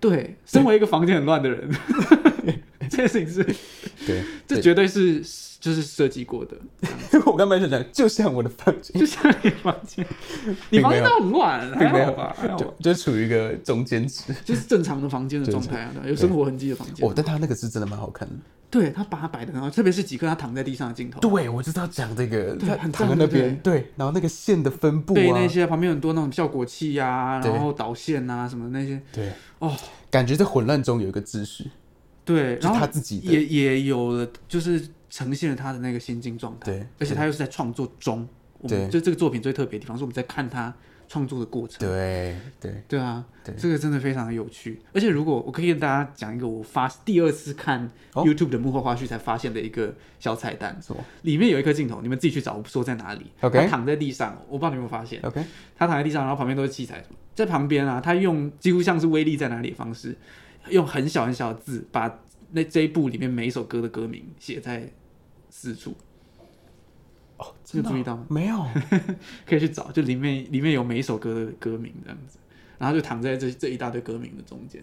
B: 对，身为一个房间很乱的 人，这件事情是
A: 对，
B: 这
A: 对
B: 绝对是就是设计过的。
A: 我刚才想讲，就像我的房间，
B: 就像你房间，你
A: 并
B: 房
A: 没
B: 间
A: 有
B: 都很乱，
A: 并没
B: 还好
A: 有
B: 吧？还好吧
A: 就，就处于一个中间值。
B: 就是正常的房间的状态啊，对有生活痕迹的房间啊
A: 哦，。但他那个是真的蛮好看的。
B: 对他把它摆的很好，特别是几颗他躺在地上的镜头，
A: 对，我知道讲这个，
B: 对
A: 他
B: 很
A: 躺在
B: 赞
A: 那
B: 对不
A: 边，对，然后那个线的分布
B: 对
A: 啊
B: 那，些旁边很多那种效果器呀，
A: 对
B: 然后导线啊什么的那些，
A: 对，
B: 哦，
A: 感觉在混乱中有一个秩序。
B: 对，
A: 就
B: 然后
A: 他自己的
B: 也也有了，就是呈现了他的那个心境状态。
A: 对
B: 而且他又是在创作中，我
A: 对
B: 们就这个作品最特别的地方是我们在看他创作的过程。
A: 对对，
B: 对啊，
A: 对
B: 这个真的非常的有趣。而且如果我可以跟大家讲一个我发第二次看
A: 哦
B: YouTube 的幕后花絮才发现的一个小彩蛋，
A: 什么
B: 里面有一颗镜头，你们自己去找，我不说在哪里。
A: OK
B: 他躺在地上，我不知道你有没有发现，
A: ？OK，
B: 他躺在地上，然后旁边都是器材什么，在旁边啊，他用几乎像是威力在哪里的方式，用很小很小的字把那这一部里面每一首歌的歌名写在四处。
A: 哦，真
B: 有
A: 的哦
B: 注意到吗
A: 没有？
B: 可以去找，就里面里面有每一首歌的歌名这样子，然后就躺在这这一大堆歌名的中间。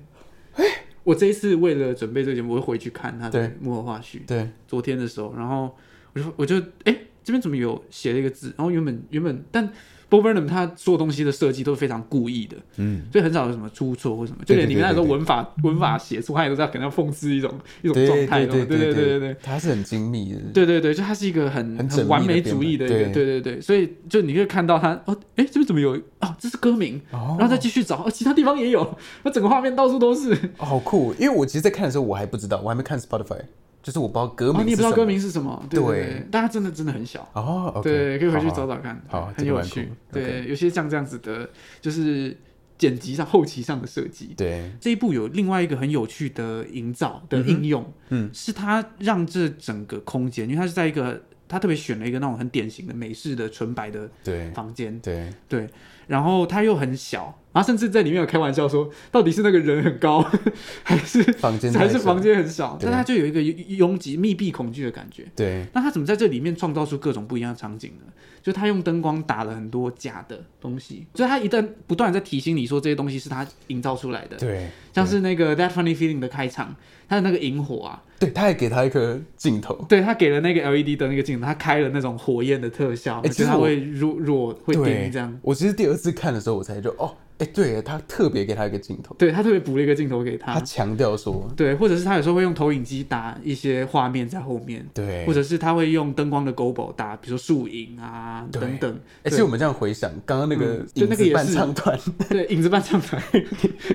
B: 我这一次为了准备这个节目，我会回去看他的
A: 对
B: 幕后花絮。
A: 对，
B: 昨天的时候，然后我就我就哎、这边怎么有写了一个字？然后原本原本，但 Bob Burnham 他所有东西的设计都是非常故意的，
A: 嗯，
B: 所以很少有什么出错或什么，
A: 对
B: 就
A: 对
B: 连里面那时候
A: 对对
B: 文法文法写出，他也都在可能要讽刺一种一种
A: 对
B: 状态，
A: 对
B: 对
A: 对
B: 对对
A: 对
B: 对。
A: 他是很精密的。
B: 对对对，就他是一个很
A: 很缜密的
B: 完美主义的一个，
A: 编排
B: 对对对，所以就你可以看到他哦，哎，这边怎么有哦，这是歌名，
A: 哦
B: 然后再继续找，哦，其他地方也有，那整个画面到处都是，
A: 哦，好酷！因为我其实，在看的时候我还不知道，我还没看 Spotify，就是我不知道歌名是什么。
B: 哦，你也不知道歌名是什么，对对
A: 对
B: 对，但它真的真的很小，
A: 哦，OK，
B: 对，可以回去
A: 好好
B: 找找看，
A: 好
B: 很
A: 这个
B: 有
A: 蛮
B: 趣。
A: 酷
B: 对
A: OK
B: 有些像这样子的，就是剪辑上、后期上的设计。
A: 对，
B: 这一部有另外一个很有趣的营造的应用，
A: 嗯
B: 是它让这整个空间，因为它是在一个，它特别选了一个那种很典型的美式的纯白的
A: 对
B: 房间，
A: 对，
B: 对，然后它又很小，然后甚至在里面有开玩笑说，到底是那个人很高， 还是
A: 房间
B: 还
A: 太
B: 是
A: 小
B: 房间很小，
A: 对
B: 但它就有一个拥挤、密闭、恐惧的感觉。
A: 对
B: 那他怎么在这里面创造出各种不一样的场景呢？就他用灯光打了很多假的东西，所以他一旦不断地在提醒你说这些东西是他营造出来的，
A: 对，
B: 像是那个 That Funny Feeling 的开场，他的那个萤火啊，
A: 对，他还给他一颗镜头，
B: 对他给了那个 LED 灯那个镜头，他开了那种火焰的特效，
A: 哎其
B: 就
A: 实
B: 他
A: 我
B: 会弱弱会
A: 对，
B: 叮这样，
A: 我其实第二次看的时候，我才就哦，哎、对他特别给他一个镜头，
B: 对他特别补了一个镜头给
A: 他
B: 他，
A: 强调说，
B: 对，或者是他有时候会用投影机打一些画面在后面。
A: 对，
B: 或者是他会用灯光的 gobo 打，比如说树影啊
A: 对
B: 等等。
A: 哎、
B: 对
A: 其实我们这样回想，刚刚那个
B: 嗯就
A: 影
B: 那个
A: 子
B: 也是
A: 伴唱团，
B: 对，影子伴唱团，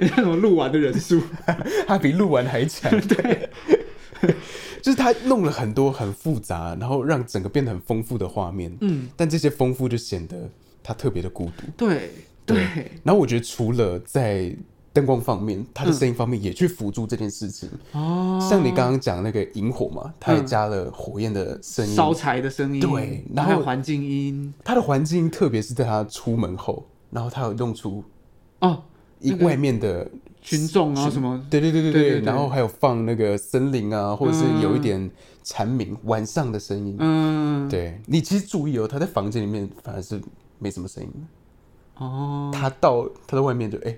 B: 像 什么录完的人数，
A: 他比录完还 强，对。 就是他弄了很多很复杂，然后让整个变得很丰富的画面，嗯，但这些丰富就显得他特别的孤独，
B: 对对
A: 然后我觉得除了在灯光方面，他
B: 嗯
A: 的声音方面也去辅助这件事情。
B: 哦，
A: 像你刚刚讲那个萤火嘛，他也
B: 嗯
A: 加了火焰的声音，
B: 烧柴的声音，
A: 对然后
B: 还有环境音
A: 它的环境，特别是在他出门后，然后他有弄出
B: 哦，
A: 一
B: 那个
A: 外面的，
B: 群众啊什么，
A: 对对对对
B: 对
A: 对，
B: 对对
A: 然后还有放那个森林啊，或者是有一点蝉鸣、晚上的声音。
B: 嗯，
A: 对你其实注意哦，他在房间里面反而是没什么声音，
B: 哦，
A: 他到他在外面就哎、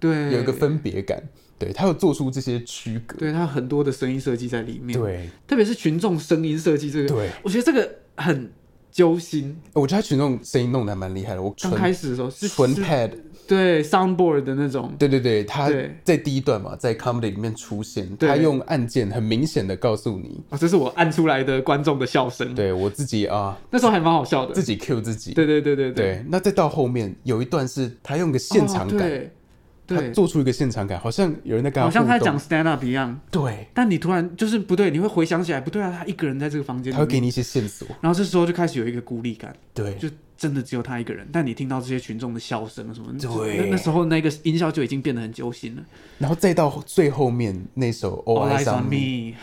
B: 对，
A: 有一个，分别感，对他有做出这些区隔，
B: 对它很多的声音设计在里面，，
A: 对
B: 特别是群众声音设计这个，
A: 对
B: 我觉得这个很揪心。
A: 我觉得他群众声音弄得还蛮厉害的，我
B: 刚
A: 纯
B: 开始的时候是
A: 纯
B: 是
A: pad，
B: 对 soundboard 的那种，
A: 对对对，他
B: 对
A: 在第一段嘛，在 comedy 里面出现，
B: 对
A: 他用按键很明显的告诉你，
B: 哦，这是我按出来的观众的笑声，，
A: 对我自己啊，
B: 那时候还蛮好笑的，
A: 自己 cue 自己，
B: 对对对对
A: 对，那再到后面有一段是他用个现场
B: 哦
A: 感，
B: 对
A: 他
B: 对，
A: 做出一个现场感，好像有人在跟
B: 好
A: 他
B: 像
A: 互
B: 他在
A: 动
B: 讲 stand up 一样，
A: 对，
B: 但你突然就是不对，你会回想起来，不对啊，他一个人在这个房间里
A: 他会给
B: 面，
A: 你一些线索，
B: 然后这时候就开始有一个孤立感，
A: 对，
B: 就真的只有他一个人，但你听到这些群众的笑声什么，
A: 对
B: 那那时候那个音效就已经变得很揪心了。
A: 然后再到最后面那首 All
B: All
A: Eyes
B: eyes
A: on
B: on
A: Me
B: me，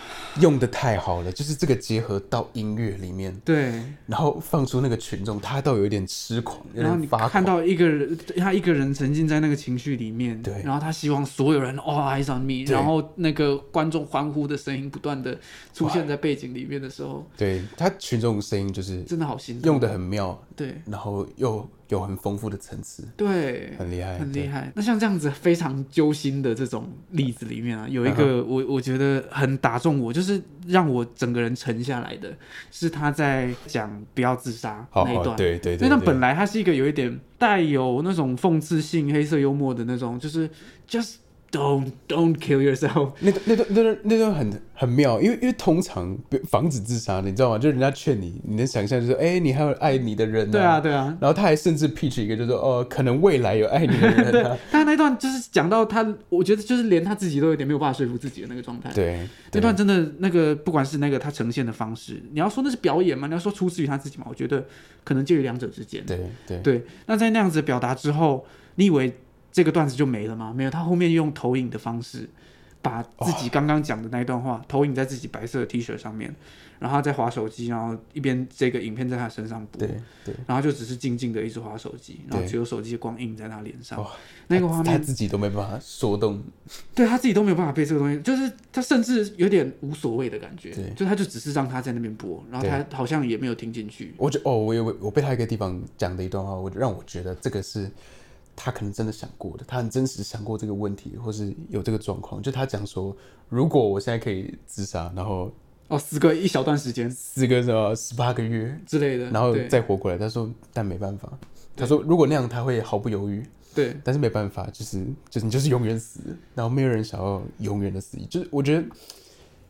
A: 用的太好了，就是这个结合到音乐里面，
B: 对，
A: 然后放出那个群众，他倒有点痴狂，有
B: 然后
A: 点
B: 你
A: 发
B: 看
A: 狂，
B: 到一个人，他一个人沉浸在那个情绪里面，
A: 对
B: 然后他希望所有人 all eyes on me，
A: 对
B: 然后那个观众欢呼的声音不断的出现在背景里面的时候，
A: 对他群众声音就是
B: 真的好心动。
A: 用的很妙，
B: 对
A: 然后又有很丰富的层次，
B: 对，
A: 很厉害，
B: 很厉
A: 对。
B: 害。那像这样子非常揪心的这种例子里
A: 嗯
B: 面啊，有一个我我觉得很打中我，就是让我整个人沉下来的，是他在讲不要自杀
A: 好
B: 那一
A: 好，
B: 段。
A: 哦对对对，
B: 那段
A: 对
B: 本来它是一个有一点带有那种讽刺性、黑色幽默的那种，就是 just don't don't kill yourself。
A: 那段那段那段那段很很妙，因为因为通常比防止自杀的，你知道吗？就是人家劝你，你能想象就是，哎、你还有爱你的人、
B: 对啊，。对啊。
A: 然后他还甚至 pitch 一个，就是说，哦，可能未来有爱你的人、 啊
B: 但那段就是讲到他，我觉得就是连他自己都有点没有办法说服自己的那个状态。，
A: 对。
B: 那
A: 对，
B: 段真的那个，不管是那个他呈现的方式，你要说那是表演吗？你要说出自于他自己吗？我觉得可能介于两者之间。
A: 对对
B: 对，那在那样子的表达之后，你以为这个段子就没了吗？没有，他后面用投影的方式，把自己刚刚讲的那一段话、投影在自己白色的 T 恤上面，然后他在划手机，然后一边这个影片在他身上播，
A: 对对，
B: 然后就只是静静的一直划手机，然后
A: 对
B: 只有手机的光映在他脸上
A: 哇，
B: 那个画
A: 他
B: 面，
A: 自己都没办法说动，
B: 对他自己都没有办法被这个东西，就是他甚至有点无所谓的感觉
A: 对，
B: 就他就只是让他在那边播，然后
A: 对
B: 他好像也没有听进去，
A: 我觉哦，我有我被他一个地方讲的一段话，我让我觉得这个是他可能真的想过的，他很真实想过这个问题，或是有这个状况。就他讲说，如果我现在可以自杀，然后
B: 哦，死个一小段时间
A: 四个什么十八个月，
B: 之类的，
A: 然后
B: 对
A: 再活过来，他说但没办法，他说如果那样他会毫不犹豫，
B: 对。
A: 但是没办法，就是就是你就是永远死，然后没有人想要永远的死，就是我觉得，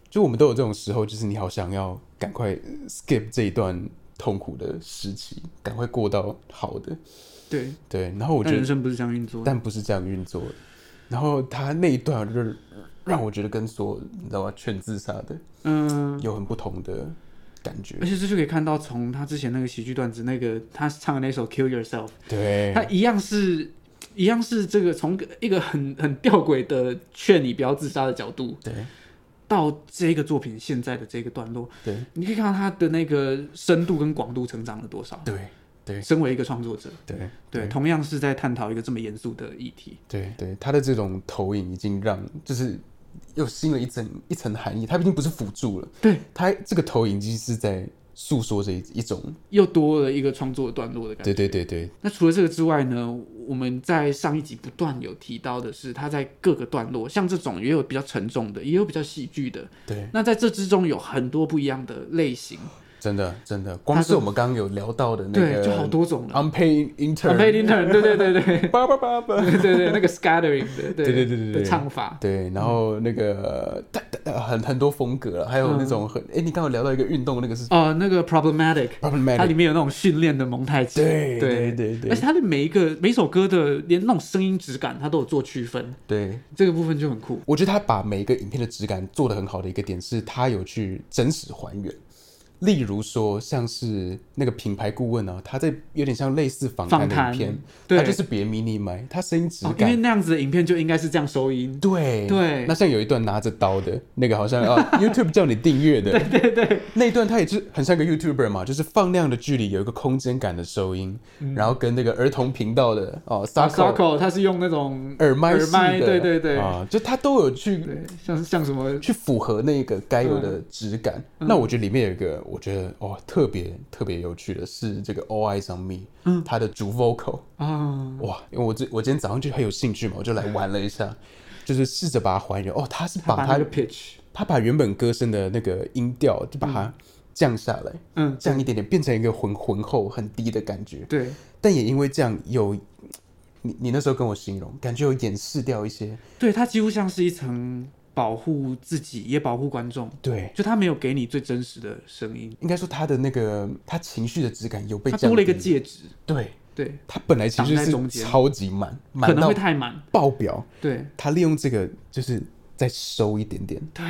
A: 就我们都有这种时候，就是你好想要赶快呃 skip 这一段痛苦的时期，赶快过到好的，
B: 对，
A: 对。然后我
B: 但
A: 觉
B: 人
A: 得，
B: 生不是这样运作的。
A: 但不是这样运作的。然后他那一段就是让我觉得跟所有你知道吗劝自杀的
B: 嗯，
A: 有很不同的感觉
B: 而，且这就可以看到，从他之前那个喜剧段子，那个他唱的那首《Kill Yourself》，
A: 对
B: 他一样是，一样是这个从一个很很吊诡的劝你不要自杀的角度，
A: 对
B: 到这个作品现在的这个段落，
A: 对
B: 你可以看到他的那个深度跟广度成长了多少。
A: 对对
B: 身为一个创作者，
A: 对
B: 对，同样是在探讨一个这么严肃的议题。
A: 对对，他的这种投影已经让就是又新了一层一层含义，它毕竟不是辅助了，
B: 对，
A: 它这个投影机是在诉说着一一种，
B: 又多了一个创作段落的感觉。
A: 对对对对
B: 那除了这个之外呢，我们在上一集不断有提到的是，它在各个段落，像这种也有比较沉重的，也有比较喜剧的。
A: 对，
B: 那在这之中有很多不一样的 类型，
A: 真的真的，光是我们刚刚有聊到的那
B: 对，
A: 个，
B: 就好多种了。
A: unpaid intern，
B: Unpaid intern，对对对对
A: 叭叭叭叭，
B: 对对对，那个 scattering 的，对
A: 对对对对对
B: 的唱法，
A: 对，然后那个但但呃很很多风格了，还有那种很，哎，你刚刚有聊到一个运动，那个是
B: 呃，那个 problematic，
A: problematic
B: 它里面有那种训练的蒙太奇，
A: 对
B: 对
A: 对对对
B: 而且它的每一个每首歌的连那种声音质感，它都有做区分，
A: 对。
B: 这个部分就很酷。
A: 我觉得他把每一个影片的质感做得很好的一个点是，他有去真实还原。例如说，像是那个品牌顾问啊，他在有点像类似访谈的
B: 访谈
A: 影片，
B: 对
A: 他就是别迷你麦，他声音质
B: 哦，因
A: 感、
B: 为那样子的影片就应该是这样收音，
A: 对
B: 对
A: 那像有一段拿着刀的那个，好像啊 YouTube 叫你订 阅的，对对对，那一段他也是很像个 YouTuber 嘛，就是放那样的距离有一个空间感的收音，
B: 嗯
A: 然后跟那个儿童频道的哦 s a c o
B: Sarko 他是用那种
A: 耳麦
B: 耳
A: 式
B: 麦，
A: 的
B: 对对对，
A: 啊，就他都有去
B: 对，像像什么嗯
A: 去符合那个该有的质感。那我觉得里面有一个我觉得哦特别特别有趣的是这个 All Eyes on Me，嗯，它的主 vocal，
B: 啊，
A: 哇，因为我这我今天早上就很有兴趣嘛，我就来玩了一下，就是试着把它还原。哦，他是把
B: 嗯把
A: 它
B: 那个 pitch
A: 他把原本歌声的那个音调就把它降下来，
B: 嗯
A: 降一点点，变成一个浑浑厚很低的感觉。
B: 对，
A: 但也因为这样有。你你那时候跟我形容，感觉有掩饰掉一些，
B: 对，它几乎像是一层保护自己也保护观众，
A: 对，
B: 就它没有给你最真实的声音，
A: 应该说他的那个他情绪的质感有被
B: 它
A: 降
B: 多了一个
A: 低，
B: 介质，
A: 对
B: 对，
A: 他本来情绪
B: 挡在中
A: 是
B: 间
A: 超级满，
B: 可
A: 满
B: 能
A: 到
B: 会太满，
A: 爆表，
B: 对
A: 他利用这个就是再收一点点，
B: 对，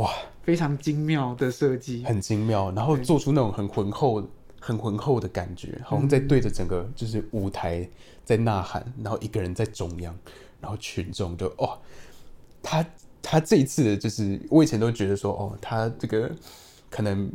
A: 哇，
B: 非常精妙的设计，
A: 很精妙，然后做出那种很浑厚、很浑厚的感觉，好像在对着整个就是舞台在呐喊，然后一个人在中央，然后群众就哦，他他这一次的就是我以前都觉得说哦，他这个可能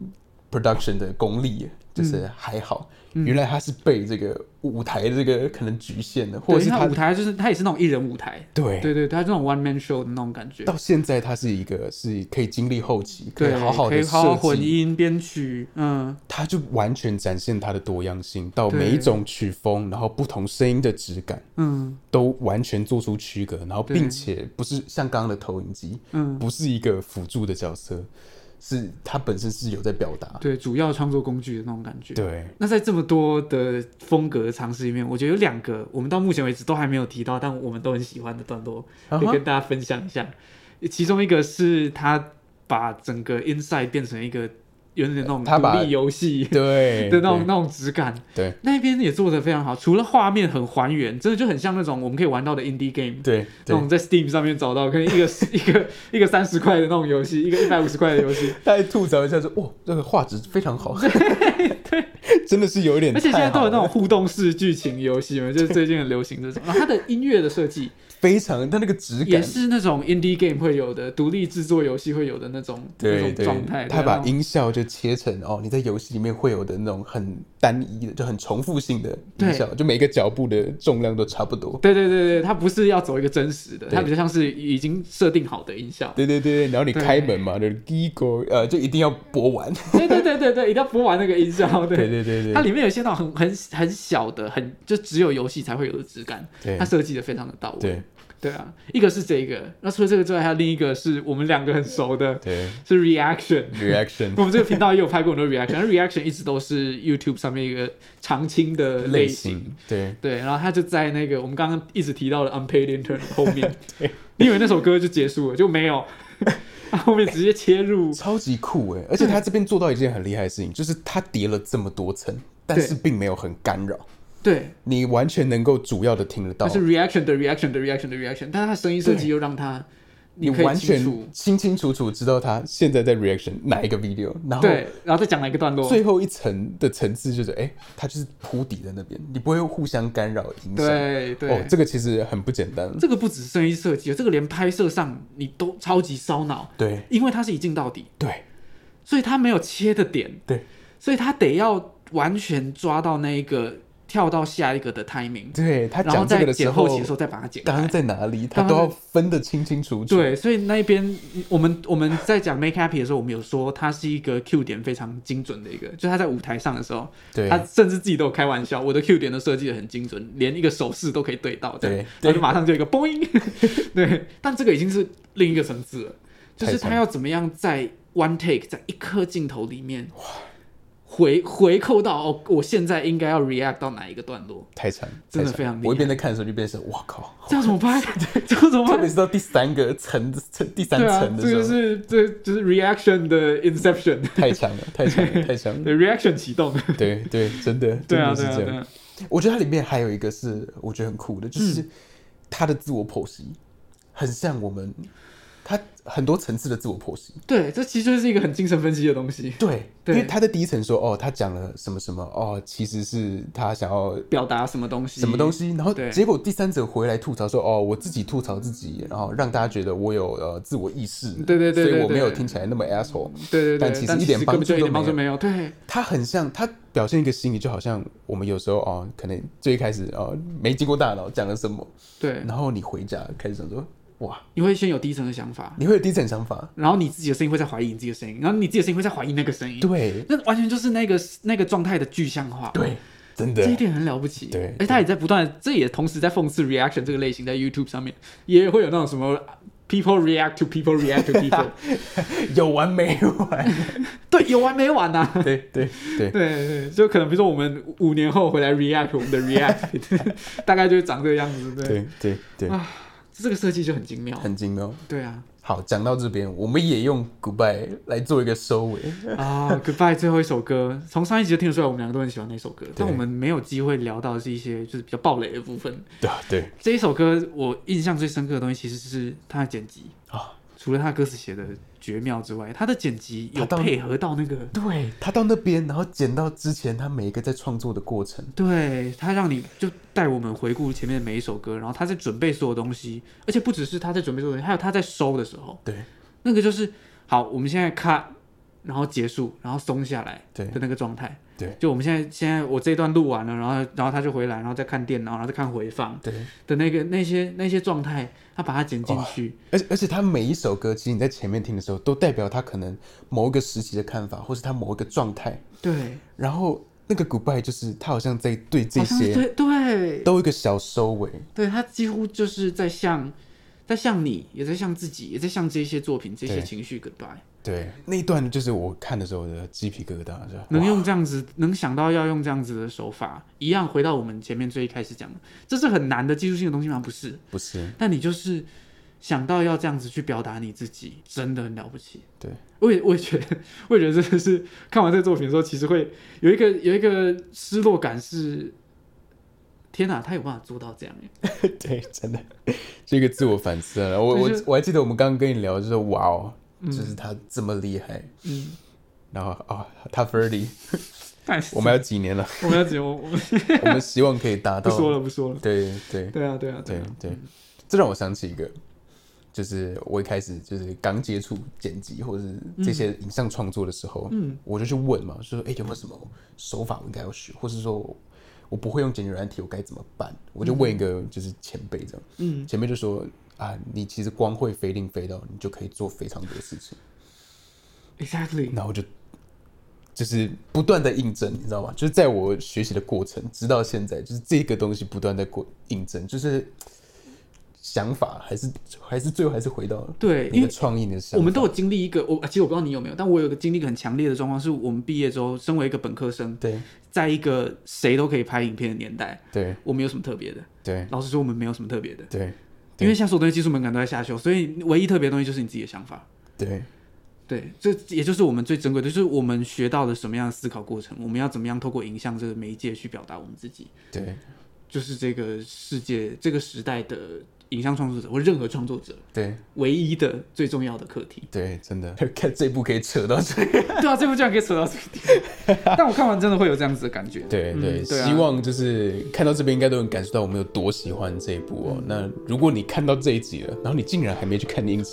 A: production 的功力就是
B: 嗯
A: 还好，原来他是被这个舞台的这个可能局限的，或
B: 对，
A: 者是
B: 因为
A: 他
B: 它舞台就是它也是那种一人舞台，
A: 对
B: 对对，对它这种 one man show 的那种感觉，
A: 到现在他是一个是可以经历后期，可以
B: 对，
A: 好好
B: 可
A: 的
B: 以好好
A: 设
B: 混
A: 计。
B: 音编曲，嗯，
A: 它就完全展现它的多样性，到
B: 对
A: 每一种曲风，然后不同声音的质感，
B: 嗯，
A: 都完全做出区隔，然后
B: 对
A: 并且不是像刚刚的投影机，
B: 嗯
A: 不是一个辅助的角色，是它本身是有在表达，
B: 对，主要创作工具的那种感觉。
A: 对
B: 那在这么多的风格尝试里面，我觉得有两个我们到目前为止都还没有提到，但我们都很喜欢的段落，
A: 啊哈
B: 可以跟大家分享一下。其中一个是他把整个 inside 变成一个有点那种
A: 他把
B: 独立游戏的
A: 对
B: 那种那种质感，
A: 对
B: 那边也做的非常好。除了画面很还原，真的就很像那种我们可以玩到的 indie game。
A: 对
B: 那种
A: 对，
B: 在 Steam 上面找到，可 能一个一个一个三十块的那种游戏，一个一百五十块的游戏，
A: 他还吐槽一下说，哇，这个画质非常 好， 真的是有一点
B: 而且现在
A: 太
B: 都
A: 好
B: 有
A: 了，
B: 那种互动式剧情游戏 嘛，就是最近很流行这种。然后它的音乐的设计
A: 非常，它那个质
B: 也
A: 感。
B: 是那种 indie game 会有的，独立制作游戏会有的那种那
A: 对
B: 种
A: 对
B: 状态。，
A: 他
B: 对啊
A: 把音效就切成哦，你在游戏里面会有的那种很单一的，就很重复性的音
B: 对
A: 效，就每个脚步的重量都差不多。
B: 对对对对，它不是要走一个真实的，
A: 对
B: 它比较像是已经设定好的音效。
A: 对对对对，然后你
B: 对
A: 开门嘛，就是第一个呃，就一定要播完。
B: 对对对对对，一定要播完那个音效。 对
A: 对对对
B: 它
A: 对，
B: 里面有一些那种很很很小的，很就只有游戏才会有的质感
A: 对，
B: 它设计的非常的到位。
A: 对
B: 对啊，一个是这个，那除了这个之外，还有另一个是我们两个很熟的，
A: 对
B: 是 reaction。我
A: ，reaction
B: 们这个频道也有拍过很多 reaction，而 reaction 一直都是 YouTube 上面一个常青的类
A: 类
B: 型。
A: 型，对
B: 对，然后他就在那个我们刚刚一直提到的 unpaid intern 后 面，你以为那首歌就结束了，就没有， 他后面直接切 入，
A: 超级酷哎！而且他这边做到一件很厉害的事情，就是他叠了这么多层，但是
B: 对
A: 并没有很干扰，
B: 对，
A: 你完全能够主要的听得到
B: 它，是 reaction 的 reaction 的 reaction 的 reaction，但是它声音设计又让它
A: 你
B: 可以
A: 完
B: 清
A: 全
B: 楚，
A: 清清楚楚知道他现在在 reaction 哪一个 video，然后
B: 对，然后再讲哪一个段落，
A: 最后一层的层次就是，哎、它就是铺底在那边，你不会互相干扰影响。
B: 对对，
A: 哦，这个其实很不简单。
B: 这个不只是声音设计，哦这个连拍摄上你都超级烧脑，
A: 对
B: 因为它是一镜到底，
A: 对
B: 所以它没有切的点，
A: 对
B: 所以他得要完全抓到那一个跳到下一个的 timing，
A: 对，他
B: 然后
A: 讲这
B: 在
A: 个的时
B: 剪
A: 候
B: 后，期的时候再把它剪
A: 刚
B: 开
A: 刚。在哪里，他
B: 刚刚
A: 都要
B: 在
A: 分得清清楚楚。
B: 对，所以那一边我们我们在讲 make happy 的时候，我们有说它是一个 Q 点非常精准的一个，就是他在舞台上的时候，
A: 对
B: 他甚至自己都有开玩笑，我的 Q 点都设计的很精准，连一个手势都可以对到，这样
A: 对
B: 然后就马上就一个 boing，对，但这个已经是另一个层次了，就是
A: 太强
B: 他要怎么样在 one take 在一颗镜头里面回回扣到哦，我现在应该要 react 到哪一个段落，
A: 太长，
B: 真的
A: 太长
B: 非常厉害
A: 我一边在看的时候，就边想，哇靠！
B: 这样怎么拍？这样怎么
A: 特别
B: 拍？
A: 是到第三个层层第三
B: 对啊
A: 层，的
B: 这
A: 时候，
B: 个是这就是 reaction 的 inception，
A: 太强了，太强了，太 强了。
B: 对 reaction 启动，
A: 对对，真的，
B: 对啊
A: 真的是
B: 对啊
A: 这样
B: 对啊，
A: 我觉得它里面还有一个是我觉得很酷的，
B: 嗯
A: 就是他的自我剖析，很像我们他很多层次的自我剖析。
B: 对，这其实就是一个很精神分析的东西，
A: 对，
B: 对
A: 因为他在第一层说哦，他讲了什么什么哦，其实是他想要
B: 表达什么东西，
A: 什么东西，然后
B: 嗯对
A: 结果第三者回来吐槽说哦，我自己吐槽自己，然后让大家觉得我有呃自我意识，
B: 对对对
A: 所以我
B: 对
A: 没有
B: 对
A: 听起来那么 asshole。
B: 对对对，
A: 但
B: 但
A: 其实
B: 其
A: 一点
B: 实
A: 帮
B: 根本就
A: 助
B: 一
A: 都
B: 点帮
A: 没
B: 助
A: 有
B: 没有。对
A: 他很像，他表现一个心理，就好像我们有时候哦，可能最一开始哦没经过大脑讲了什么，
B: 对
A: 然后你回家开始想说，哇，
B: 你会先有第一层的想法，
A: 你会有低层想法，
B: 然后你自己的声音会在怀疑你自己的声音，然后你自己的声音会在怀疑那个声音，，
A: 对
B: 那完全就是那个那个状态的具象化，
A: 对，真
B: 这一
A: 的，
B: 点很了不起。哎
A: 对
B: 而且他也在不断地，这也同时在讽刺 reaction 这个类型，在 YouTube 上面也会有那种什么 people react to people react to people，
A: 有完没完？
B: 对，有完没完呐、啊？
A: 对对对，
B: 对对，就可能比如说我们五年后回来 react 我们的 react，大 概就会长这个样子。对，
A: 对对对，
B: 这个设计就很精妙。
A: 很精妙。
B: 对啊，
A: 好，讲到这边，我们也用 goodbye 来做一个收尾。
B: 啊、g o o d b y e 最后一首歌，从上一集就听得出来，我们两个都很喜欢那首歌，但我们没有机会聊到的是一些就是比较暴雷的部分。
A: 对啊对
B: 这一首歌我印象最深刻的东西，其实是它的剪辑
A: 啊
B: 除了它歌词写的绝妙之外，它的剪辑有
A: 它到
B: 配合到那个，
A: 对，他到那边，然后捡到之前他每一个在创作的过程，
B: 对，它让你就带我们回顾前面的每一首歌，然后他在准备所有东西，而且不只是他在准备所有东西，还有他在收的时候，
A: 对
B: 那个就是好，我们现在 cut，然后结束，然后松下来
A: 对
B: 的那个状态。
A: 对
B: 就我们现在现在我这一段录完了，然后然后他就回来，然后再看电脑，然后再看回放
A: 对。
B: 的那个那些那些状态，他把它剪进去。
A: 而且而且他每一首歌，其实你在前面听的时候，都代表他可能某一个时期的看法，或是他某一个状态。
B: 对，
A: 然后那个 goodbye 就是他好像在对这
B: 好像是
A: 些
B: 对对
A: 都有一个小收尾。
B: 对，他几乎就是在向在向你，也在向自己，也在向这些作品、这些
A: 对
B: 情绪 goodbye。
A: 对，那一段就是我看的时候我的鸡皮疙瘩，就
B: 能
A: 哇
B: 用这样子，能想到要用这样子的手法，一样回到我们前面最一开始讲的，这是很难的技术性的东西吗？不是，
A: 不 是
B: 但你就是想到要这样子去表达你自己，真的很了不起。
A: 对
B: 我也我也觉得，我也觉得真的是看完这个作品的时候，其实会有一个有一个失落感是。天哪、他有办法做到这样耶！欸
A: 对，真的是一个自我反思啊。我我
B: 就是
A: 我还记得我们刚刚跟你聊，就是哇哦，就是他这么厉害，
B: 嗯，
A: 然后哦，他 f e r d y
B: 但是
A: 我们要几 年了？
B: 我们要节目，我们
A: 我们希望可以达
B: 不
A: 到。
B: 说了，不说了。
A: 对对
B: 对啊，对啊，
A: 对
B: 啊。
A: 对，这让我想起一个，就是我一开始就是刚接触剪辑或者是这些影像创作的时候，嗯，我就去问嘛，说哎、诶有没有什么手法我应该要学，或是说我我不会用剪辑软体，我该怎么办？我就问一个就是前辈这样，嗯，前辈就说啊，你其实光会飞定飞到，你就可以做非常多事情，
B: Exactly，
A: 然后我就。就是不断的印证，你知道吗？就是在我学习的过程，直到现在，就是这个东西不断的过印证，就是想法还是还是最后还是回到
B: 对
A: 你
B: 因
A: 的
B: 为
A: 创意你的想法。
B: 我们都有经历一个，我其实我不知道你有没有，但我有一个经历一个很强烈的状况，是我们毕业之后，身为一个本科生，
A: 对
B: 在一个谁都可以拍影片的年代，
A: 对
B: 我们有什么特别的？
A: 对
B: 老实说，我们没有什么特别的，
A: 对
B: 因为现在所有东西技术门槛都在下修，所以唯一特别的东西就是你自己的想法。
A: 对
B: 对，这也就是我们最珍贵的，就是我们学到了什么样的思考过程，我们要怎么样透过影像这个媒介去表达我们自己，
A: 对
B: 就是这个世界、这个时代的影像创作者或任何创作者
A: 对
B: 唯一的最重要的课题。
A: 对，真 的，看这部可以扯到这个。
B: 对啊，这部居然可以扯到这个地步， 但我看完真的会有这样子的感觉。
A: 对对，
B: 嗯对啊
A: 希望就是看到这边，应该都能感受到我们有多喜欢这一部哦。那如果你看到这一集了，然后你竟然还没去看《Inside》，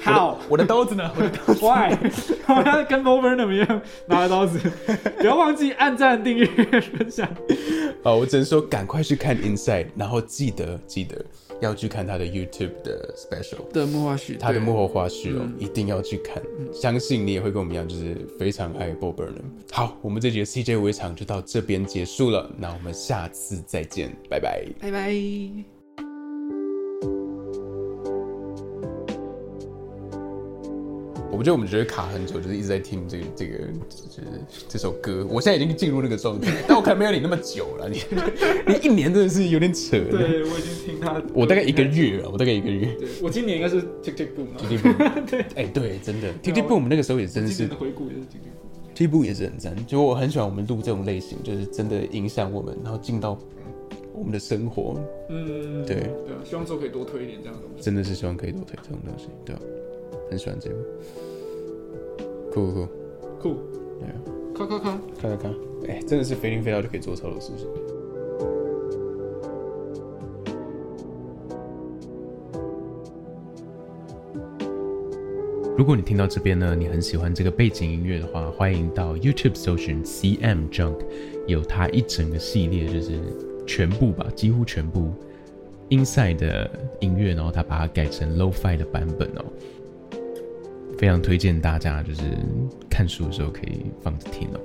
B: 好
A: 我的我的刀子呢？我的刀子
B: Why？我 要跟 Overnum 一样拿着 刀子，不要忘记按赞、订阅、分享。
A: 好，我只能说赶快去看《Inside》，然后记得记得要去看他的 YouTube 的 Special。
B: 的幕后许
A: 他的幕后花絮哦，一定要去看，相信你也会跟我们一样，就是非常爱 Bob Burnham。好，我们这集的 CJ 围场就到这边结束了，那我们下次再见，拜拜。
B: 拜拜。
A: 我觉得我们觉得卡很久，就是一直在听这个这个就是这首歌，我现在已经进入那个 状态，但我可能没有你那么久了，你 你一年真的是有点扯。，
B: 对，我已经听他，
A: 我大概一个，月啊了，我大概一个月。
B: 对我今年应该是 Tick Tick Boom 了。
A: 对，哎、对，真 的，T T
B: 对
A: Boom 我们那个时候也真
B: 今
A: 是
B: 年的回顾也是 Tick Tick Boom。
A: 这一部也是很赞，就我很喜欢我们录这种类型，就是真的影响我们，然后进到我们的生活，
B: 嗯，
A: 对
B: 对啊，希望之后可以多推一点这样的东西。
A: 真的是希望可以多推这种东西，对吧、啊很喜欢这部，酷酷酷，
B: 酷，
A: 对啊，
B: 咔咔咔。
A: 看看看，哎、真的是飞灵飞到就可以做超多事情。
E: 如果你听到这边呢，你很喜欢这个背景音乐的话，欢迎到 YouTube 搜寻 CM Junk，有它一整个系列，就是全部吧，几乎全部
A: Inside 的音乐，然后他把它改成 Lo-Fi 的版本哦，非常推荐大家就是看书的时候可以放着听哦。